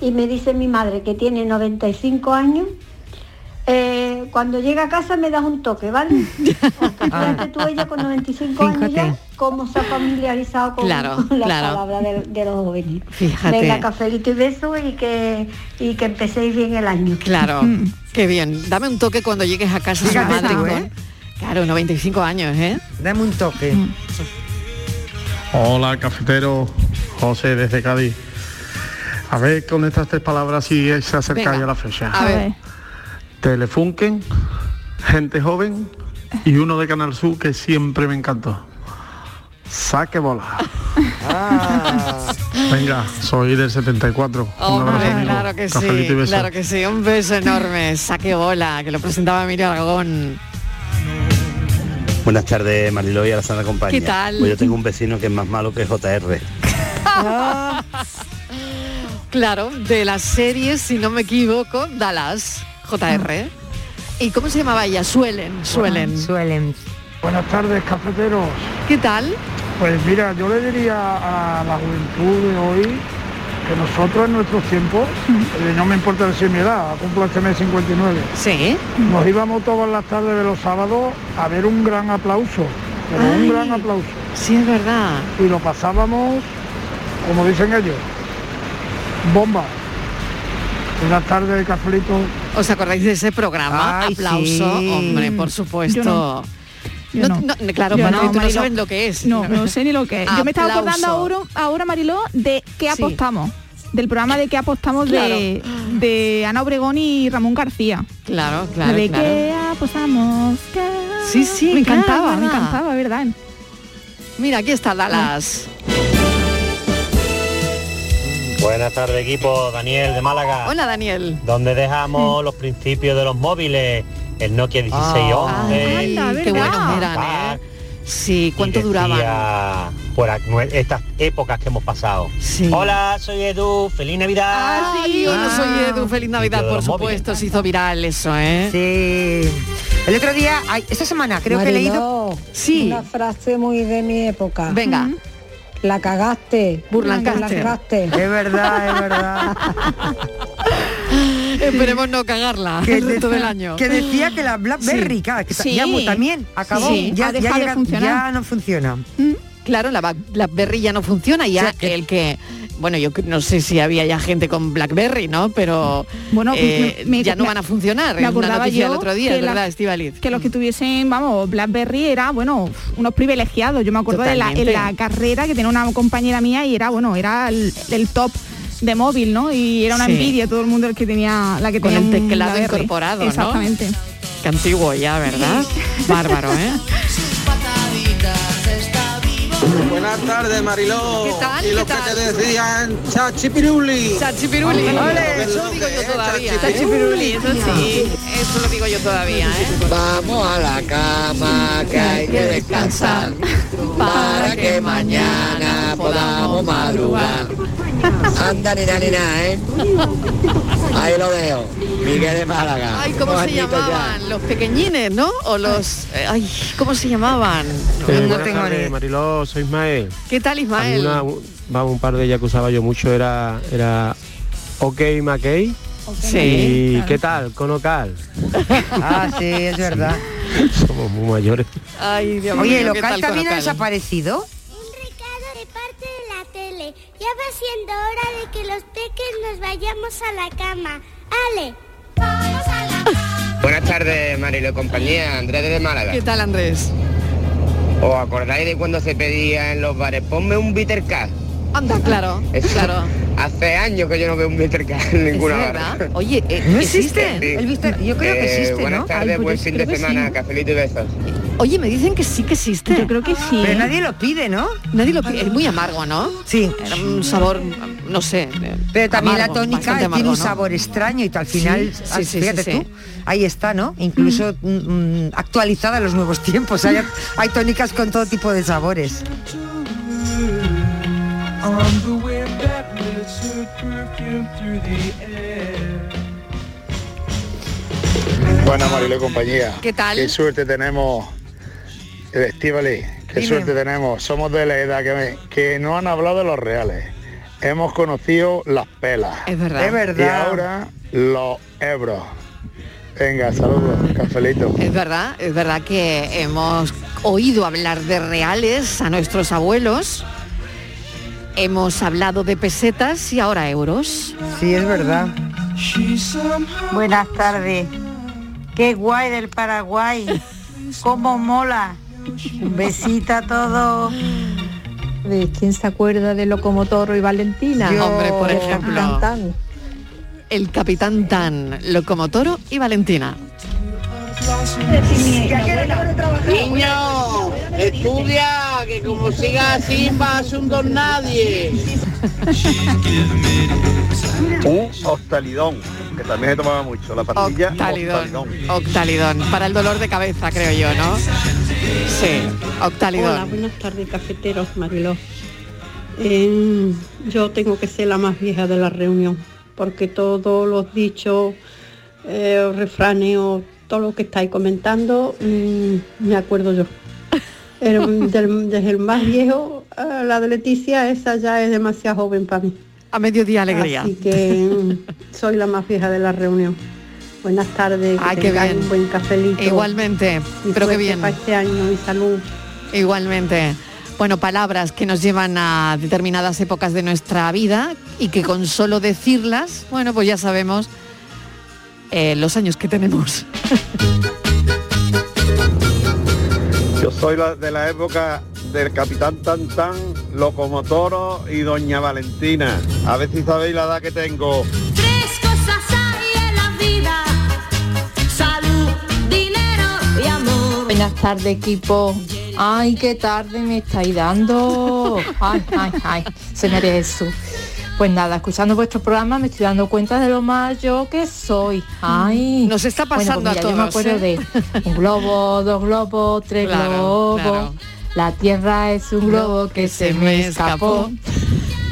S8: y me dice mi madre que tiene 95 años, eh, cuando llega a casa me das un toque,
S12: <laughs>
S8: ¿vale?
S12: Ah.
S8: Porque fíjate tú, ella con 95 años ya, cómo se ha familiarizado con, <laughs>
S12: Claro,
S8: con la
S12: claro.
S8: palabra de, de los jóvenes.
S12: Fíjate.
S8: Venga, cafelito y beso y que, y que empecéis bien el año. <laughs>
S12: Claro,
S14: Mm.
S12: qué bien. Dame un toque cuando llegues a casa de
S8: Fíjate
S12: madre
S8: tú,
S12: con-
S8: ¿eh?
S12: Claro, 95 años, ¿eh? Mm.
S14: Dame un toque.
S18: Hola, cafetero. José desde Cádiz. A ver con estas tres palabras si se acerca
S12: Venga,
S18: ya la fecha.
S12: a ver.
S18: Telefunken, gente joven y uno de Canal Sur que siempre me encantó. Saque bola.
S21: <laughs>
S18: Venga, soy del 74. Un
S12: Hombre,
S18: abrazo, amigo.
S12: claro que
S18: Cafelito y
S12: sí,
S18: beso.
S12: claro que sí, un beso enorme, saque bola, que lo presentaba Emilio Aragón.
S25: Buenas tardes, Mariló y a la Santa Compañía.
S12: ¿Qué tal?
S25: Pues yo tengo un vecino que es más malo que JR.
S12: Ah. Claro, de la serie, si no me equivoco, Dallas, JR. ¿Y cómo se llamaba ella? Suelen, suelen.
S14: Suelen.
S26: Buenas tardes, cafeteros.
S12: ¿Qué tal?
S26: Pues mira, yo le diría a la juventud de hoy que nosotros en nuestros tiempos, eh, no me importa decir mi edad, cumplo este mes 59.
S12: Sí.
S26: Nos íbamos todas las tardes de los sábados a ver un gran aplauso, pero
S12: Ay.
S26: un gran aplauso.
S12: Sí, es verdad.
S26: Y lo pasábamos, como dicen ellos, bomba. Buenas tardes, cafelito.
S12: ¿Os acordáis de ese programa?
S26: Ay,
S12: Aplauso,
S26: sí.
S12: hombre, por supuesto.
S26: Yo no.
S13: Yo
S12: No-
S13: no.
S12: no, claro,
S13: Yo
S12: Mariló,
S13: no,
S12: tú no
S13: Mariló.
S12: sabes lo que es.
S13: No, no sé ni lo que es. Yo me estaba acordando ahora,
S12: Aplauso.
S13: ahora Mariló, de qué
S12: Sí.
S13: apostamos. Del programa de qué apostamos de, de Ana Obregón y Ramón García.
S12: Claro, claro,
S13: de
S12: claro.
S13: qué apostamos. qué-
S12: Sí, sí,
S13: Me
S12: claro,
S13: encantaba,
S12: es
S13: me
S12: verdad.
S13: encantaba, ¿verdad?
S12: Mira, aquí está Dallas.
S4: Buenas tardes equipo, Daniel de
S26: Ah.
S4: Málaga.
S12: Hola, Mm. Daniel.
S4: Donde dejamos los principios de los móviles, el Nokia
S26: Ah,
S12: Ah,
S4: 1611.
S12: Ay, qué buenos
S4: Ah.
S12: eran, ¿eh? Sí, ¿cuánto duraban?
S4: duraban? Por ac- nue- estas épocas que hemos pasado. Hola, soy Edu, feliz Navidad.
S12: Ah, sí, yo no soy Edu, feliz Navidad,
S4: Vídeo de
S12: por
S4: los móviles.
S12: supuesto, se hizo viral eso, ¿eh? Sí.
S14: El otro día, ay, esta semana creo que he leído...
S27: Mariló,
S12: Sí.
S27: Una frase muy de mi época. Mm.
S12: Venga.
S27: La cagaste.
S12: Burlancaster.
S27: La cagaste.
S14: Es verdad, es verdad.
S12: <laughs> Esperemos no cagarla el resto
S14: de-
S12: del año.
S14: que decía que la BlackBerry,
S12: Sí.
S14: claro, que ta-
S12: Sí.
S14: ya mu- también acabó,
S12: Sí.
S14: ya,
S12: Ha
S14: ya
S12: dejado de
S14: llega-
S12: funcionar. ¿Mm?
S14: ya no funciona.
S12: Claro, la Ba- BlackBerry ya no funciona, ya el que... Bueno, yo cre- no sé si había ya gente con BlackBerry, ¿no? Pero
S13: Bueno,
S12: eh,
S13: me- me-
S12: ya no
S13: me-
S12: van a funcionar. Es Ah, una noticia del otro día,
S13: que
S12: es
S13: la-
S12: ¿verdad, Estivaliz?
S13: Que los que tuviesen, vamos, BlackBerry era, bueno, unos privilegiados. Yo me acuerdo de la, en la
S12: Totalmente.
S13: carrera que tenía una compañera mía y era, bueno, era el, el top de móvil, ¿no? Y era una
S12: Sí.
S13: envidia todo el mundo el que tenía la que
S12: Con
S13: tenía
S12: el
S13: un
S12: teclado
S13: BlackBerry.
S12: incorporado, ¿no? <laughs>
S13: Exactamente.
S12: Qué antiguo ya, <laughs> ¿verdad? Bárbaro, ¿eh?
S28: Buenas tardes, Mariló.
S12: ¿Qué tal?
S28: Y lo
S12: ¿Qué
S28: que te decían, chachipiruli.
S12: Chachipiruli. Ole, eso digo yo todavía.
S16: ¿eh?
S12: Chachipiruli, eso sí. Eso lo digo yo todavía, ¿eh?
S29: Vamos a la cama que hay que descansar para que mañana
S16: no madrugar. Anda, nena, nena, ¿eh? Ahí lo dejo. Miguel de Málaga.
S12: Ay, ¿cómo
S16: Dos
S12: se
S16: añitos ya.
S12: llamaban? Los pequeñines, ¿no? O los... eh, Ay, ¿cómo se llamaban?
S18: Eh,
S12: No
S18: buenas
S12: tengo
S18: tardes,
S12: ni-
S18: Mariló, soy Ismael.
S12: ¿Qué tal,
S18: A mí
S12: Ismael?
S18: una- un- vamos, un par de ellas que usaba yo mucho era, era OK McKay.
S12: Sí,
S18: ¿Y
S12: claro.
S18: qué tal? Conocal.
S14: Ah, sí, es verdad.
S18: Somos muy mayores.
S12: Ay, Dios
S14: Oye,
S12: mío,
S14: ¿el
S12: ¿qué
S14: local
S12: tal
S14: también ha
S12: Conocal?
S14: desaparecido?
S30: la tele. Ya va siendo hora de que los peques nos vayamos a la cama. Ale.
S16: Buenas tardes, Marilo y compañía. Andrés de Málaga.
S12: ¿Qué tal, Andrés?
S16: ¿Os acordáis de cuando se pedía en los bares? Ponme un bitter K"?
S12: Anda, claro,
S16: Eso-
S12: claro.
S16: <laughs> Hace años que yo no veo un bitter K en ninguna
S12: verdad?
S16: barra.
S12: Oye, eh, ¿existe? El Mr. Yo creo que
S16: Eh,
S12: existe,
S16: Buenas
S12: ¿no?
S16: tardes,
S12: Ay, pues
S16: buen
S12: yo
S16: fin
S12: creo
S16: de
S12: que
S16: semana,
S12: sí.
S16: cafelito y besos.
S12: Oye, me dicen que sí que existe. Yo creo que sí.
S16: Pero nadie lo
S12: pide, ¿no? Nadie lo pide. Es muy amargo, ¿no? Sí. Era un sabor, no sé.
S14: Pero también la tónica tiene un
S12: sabor
S14: extraño y al final,
S12: Sí,
S14: ah,
S12: sí, sí,
S14: fíjate
S12: sí, sí.
S14: tú, ahí está, ¿no? Incluso mm, mm, actualizada a los nuevos tiempos. Hay, hay tónicas con todo tipo de sabores.
S19: Buenas Marilo y compañía.
S12: ¿Qué tal?
S19: Qué suerte tenemos, el Estivali, qué
S12: Dime.
S19: suerte tenemos. Somos de la edad que, me- que no han hablado de los reales. Hemos conocido las pelas.
S12: Es verdad. Es verdad.
S19: Y ahora los euros. Venga, saludos, cafelito.
S12: Es verdad, es verdad que hemos oído hablar de reales a nuestros abuelos. Hemos hablado de pesetas y ahora euros.
S14: Sí, es verdad.
S1: Buenas tardes. Qué guay del Paraguay. Cómo mola. Un besito a todos.
S19: ¿De quién se acuerda de Locomotorro y Valentina?
S12: Hombre, por ejemplo. El capitán Tan, Locomotoro y Valentina.
S16: Niño, estudia, que como siga así vas a un don nadie.
S1: Un hostalidón, que también se tomaba mucho, la pastilla
S12: Octalidón. Octalidón. Para el dolor de cabeza, creo yo, ¿no? Sí,
S8: Hola,
S12: octalidón.
S8: buenas tardes, cafeteros, Mariló. Em, yo tengo que ser la más vieja de la reunión, porque todos los dichos, eh, o refranes o todo lo que estáis comentando, mm, me acuerdo
S12: <laughs>
S8: yo. El- del- desde el más viejo, a la de Leticia, esa ya es demasiado joven para mí.
S12: A mediodía alegría.
S8: Así que mm, soy la más vieja de la reunión. Buenas tardes.
S12: Ay,
S8: que
S12: qué
S8: tengáis
S12: bien.
S8: un buen cafelito.
S12: Igualmente,
S8: Y
S12: pero qué
S8: suerte
S12: bien.
S8: para este año y salud.
S12: Igualmente. Bueno, palabras que nos llevan a determinadas épocas de nuestra vida y que con solo decirlas, bueno, pues ya sabemos eh, los años que tenemos.
S1: Yo soy la- de la época del Capitán Tantán, Locomotoro y Doña Valentina. A ver si sabéis la edad que tengo.
S31: Tres cosas hay en la vida. Salud, dinero y amor.
S13: Buenas tardes, equipo. Ay, qué tarde me estáis dando. Ay, ay, ay, soy María Jesús. Pues nada, escuchando vuestro programa me estoy dando cuenta de lo más yo que soy. Ah, Ay,
S12: Nos está
S13: Bueno, pues
S12: pasando a
S13: mira, Yo me
S12: todos,
S13: acuerdo
S12: ¿eh?
S13: de un globo, dos globos, tres
S12: Claro,
S13: globos.
S12: claro.
S13: La tierra es un globo que se me escapó.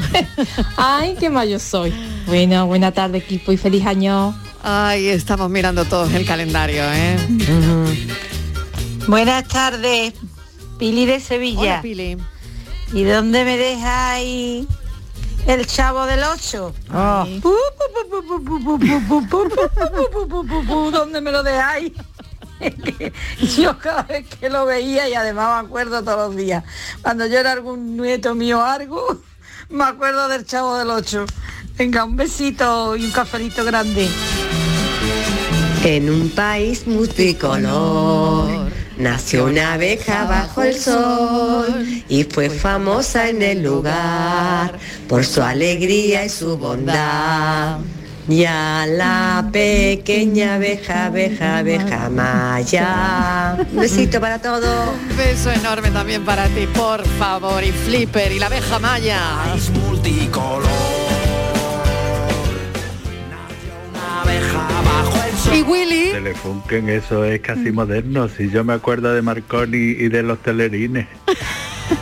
S13: <laughs> Ay, qué mal yo soy. Bueno, buena tarde, equipo, y feliz año.
S12: Ay, estamos mirando todos el calendario, ¿eh?
S8: Buenas tardes, Pili de Sevilla.
S12: Hola, Pili.
S8: ¿Y dónde me dejáis el chavo del 8? ¿Dónde me lo <laughs> dejáis? Yo cada vez que lo veía y además me acuerdo todos los días. Cuando yo era algún nieto mío o algo, <laughs> me acuerdo del chavo del 8. Venga, un besito y un cafelito grande.
S32: En un país multicolor nació una abeja bajo el sol y fue famosa en el lugar por su alegría y su bondad. Y a la pequeña abeja, abeja, abeja maya. Un besito para todos.
S12: Un beso enorme también para ti, por favor, y Flipper y la abeja maya. Y Willy.
S33: Telefunken, eso es casi moderno. Si yo me acuerdo de Marconi y de los telerines.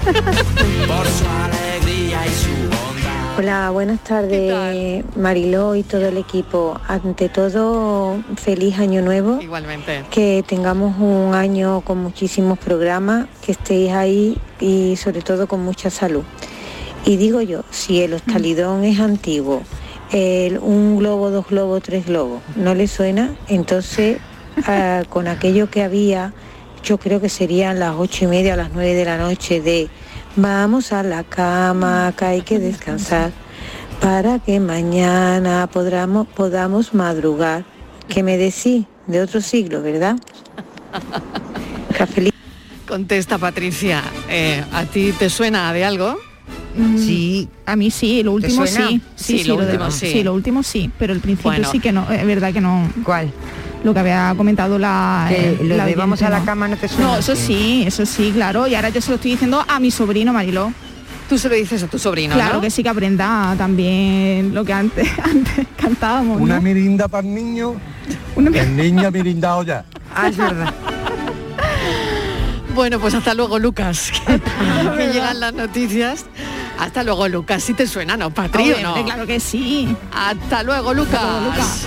S33: Por su alegría y su bondad.
S8: Hola, buenas tardes, Mariló y todo el equipo. Ante todo, feliz año nuevo.
S12: Igualmente.
S8: Que tengamos un año con muchísimos programas, que estéis ahí y sobre todo con mucha salud. Y digo yo, si el hostalidón es antiguo, el un globo, dos globos, tres globos, ¿no le suena? Entonces, ah, con aquello que había, yo creo que serían las ocho y media o las nueve de la noche de vamos a la cama, que hay que descansar, para que mañana podamos, podamos madrugar. Que me decís, de otro siglo, ¿verdad? Cafelito.
S12: Contesta Patricia, eh, ¿a ti te suena de algo?
S13: Mm. Sí. A mí sí, lo último
S12: suena?
S13: sí.
S12: Sí,
S13: Sí,
S12: lo
S13: de-
S12: último sí.
S13: lo último sí, pero el principio
S12: Bueno.
S13: sí que no, es verdad que no.
S14: ¿Cuál?
S13: Lo que había comentado la...
S14: Que
S13: eh,
S14: lo de
S13: oyente,
S14: vamos a la cama no te suena.
S13: No, eso sí, eso sí, claro. Y ahora yo se lo estoy diciendo a mi sobrino Mariló.
S12: Tú se lo dices a tu sobrino,
S13: Claro
S12: ¿no?
S13: que sí que aprenda también lo que antes, <laughs> antes cantábamos.
S16: Una
S13: ¿no?
S16: mirinda para el niño, el niño ha mirindado ya.
S13: Ah, es verdad.
S12: Bueno, pues hasta luego,
S13: <laughs>
S12: Lucas. que- que llegan las noticias. Hasta luego, Lucas. Si te suena, ¿no, Patri? o
S13: Hombre,
S12: no?
S13: claro que sí.
S12: Hasta luego, Lucas.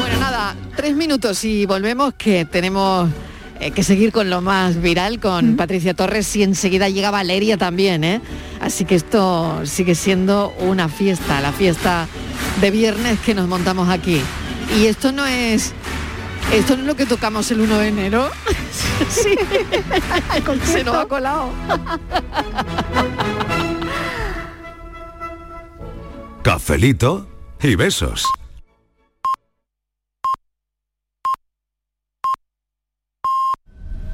S12: bueno, nada, tres minutos y volvemos que tenemos eh, que seguir con lo más viral con Patricia Torres y enseguida llega Valeria también, ¿eh? Así que esto sigue siendo una fiesta, la fiesta de viernes que nos montamos aquí. Y esto no es esto no es lo que tocamos el 1 de enero. <laughs> Sí. Se nos ha colado.
S1: Cafelito y besos.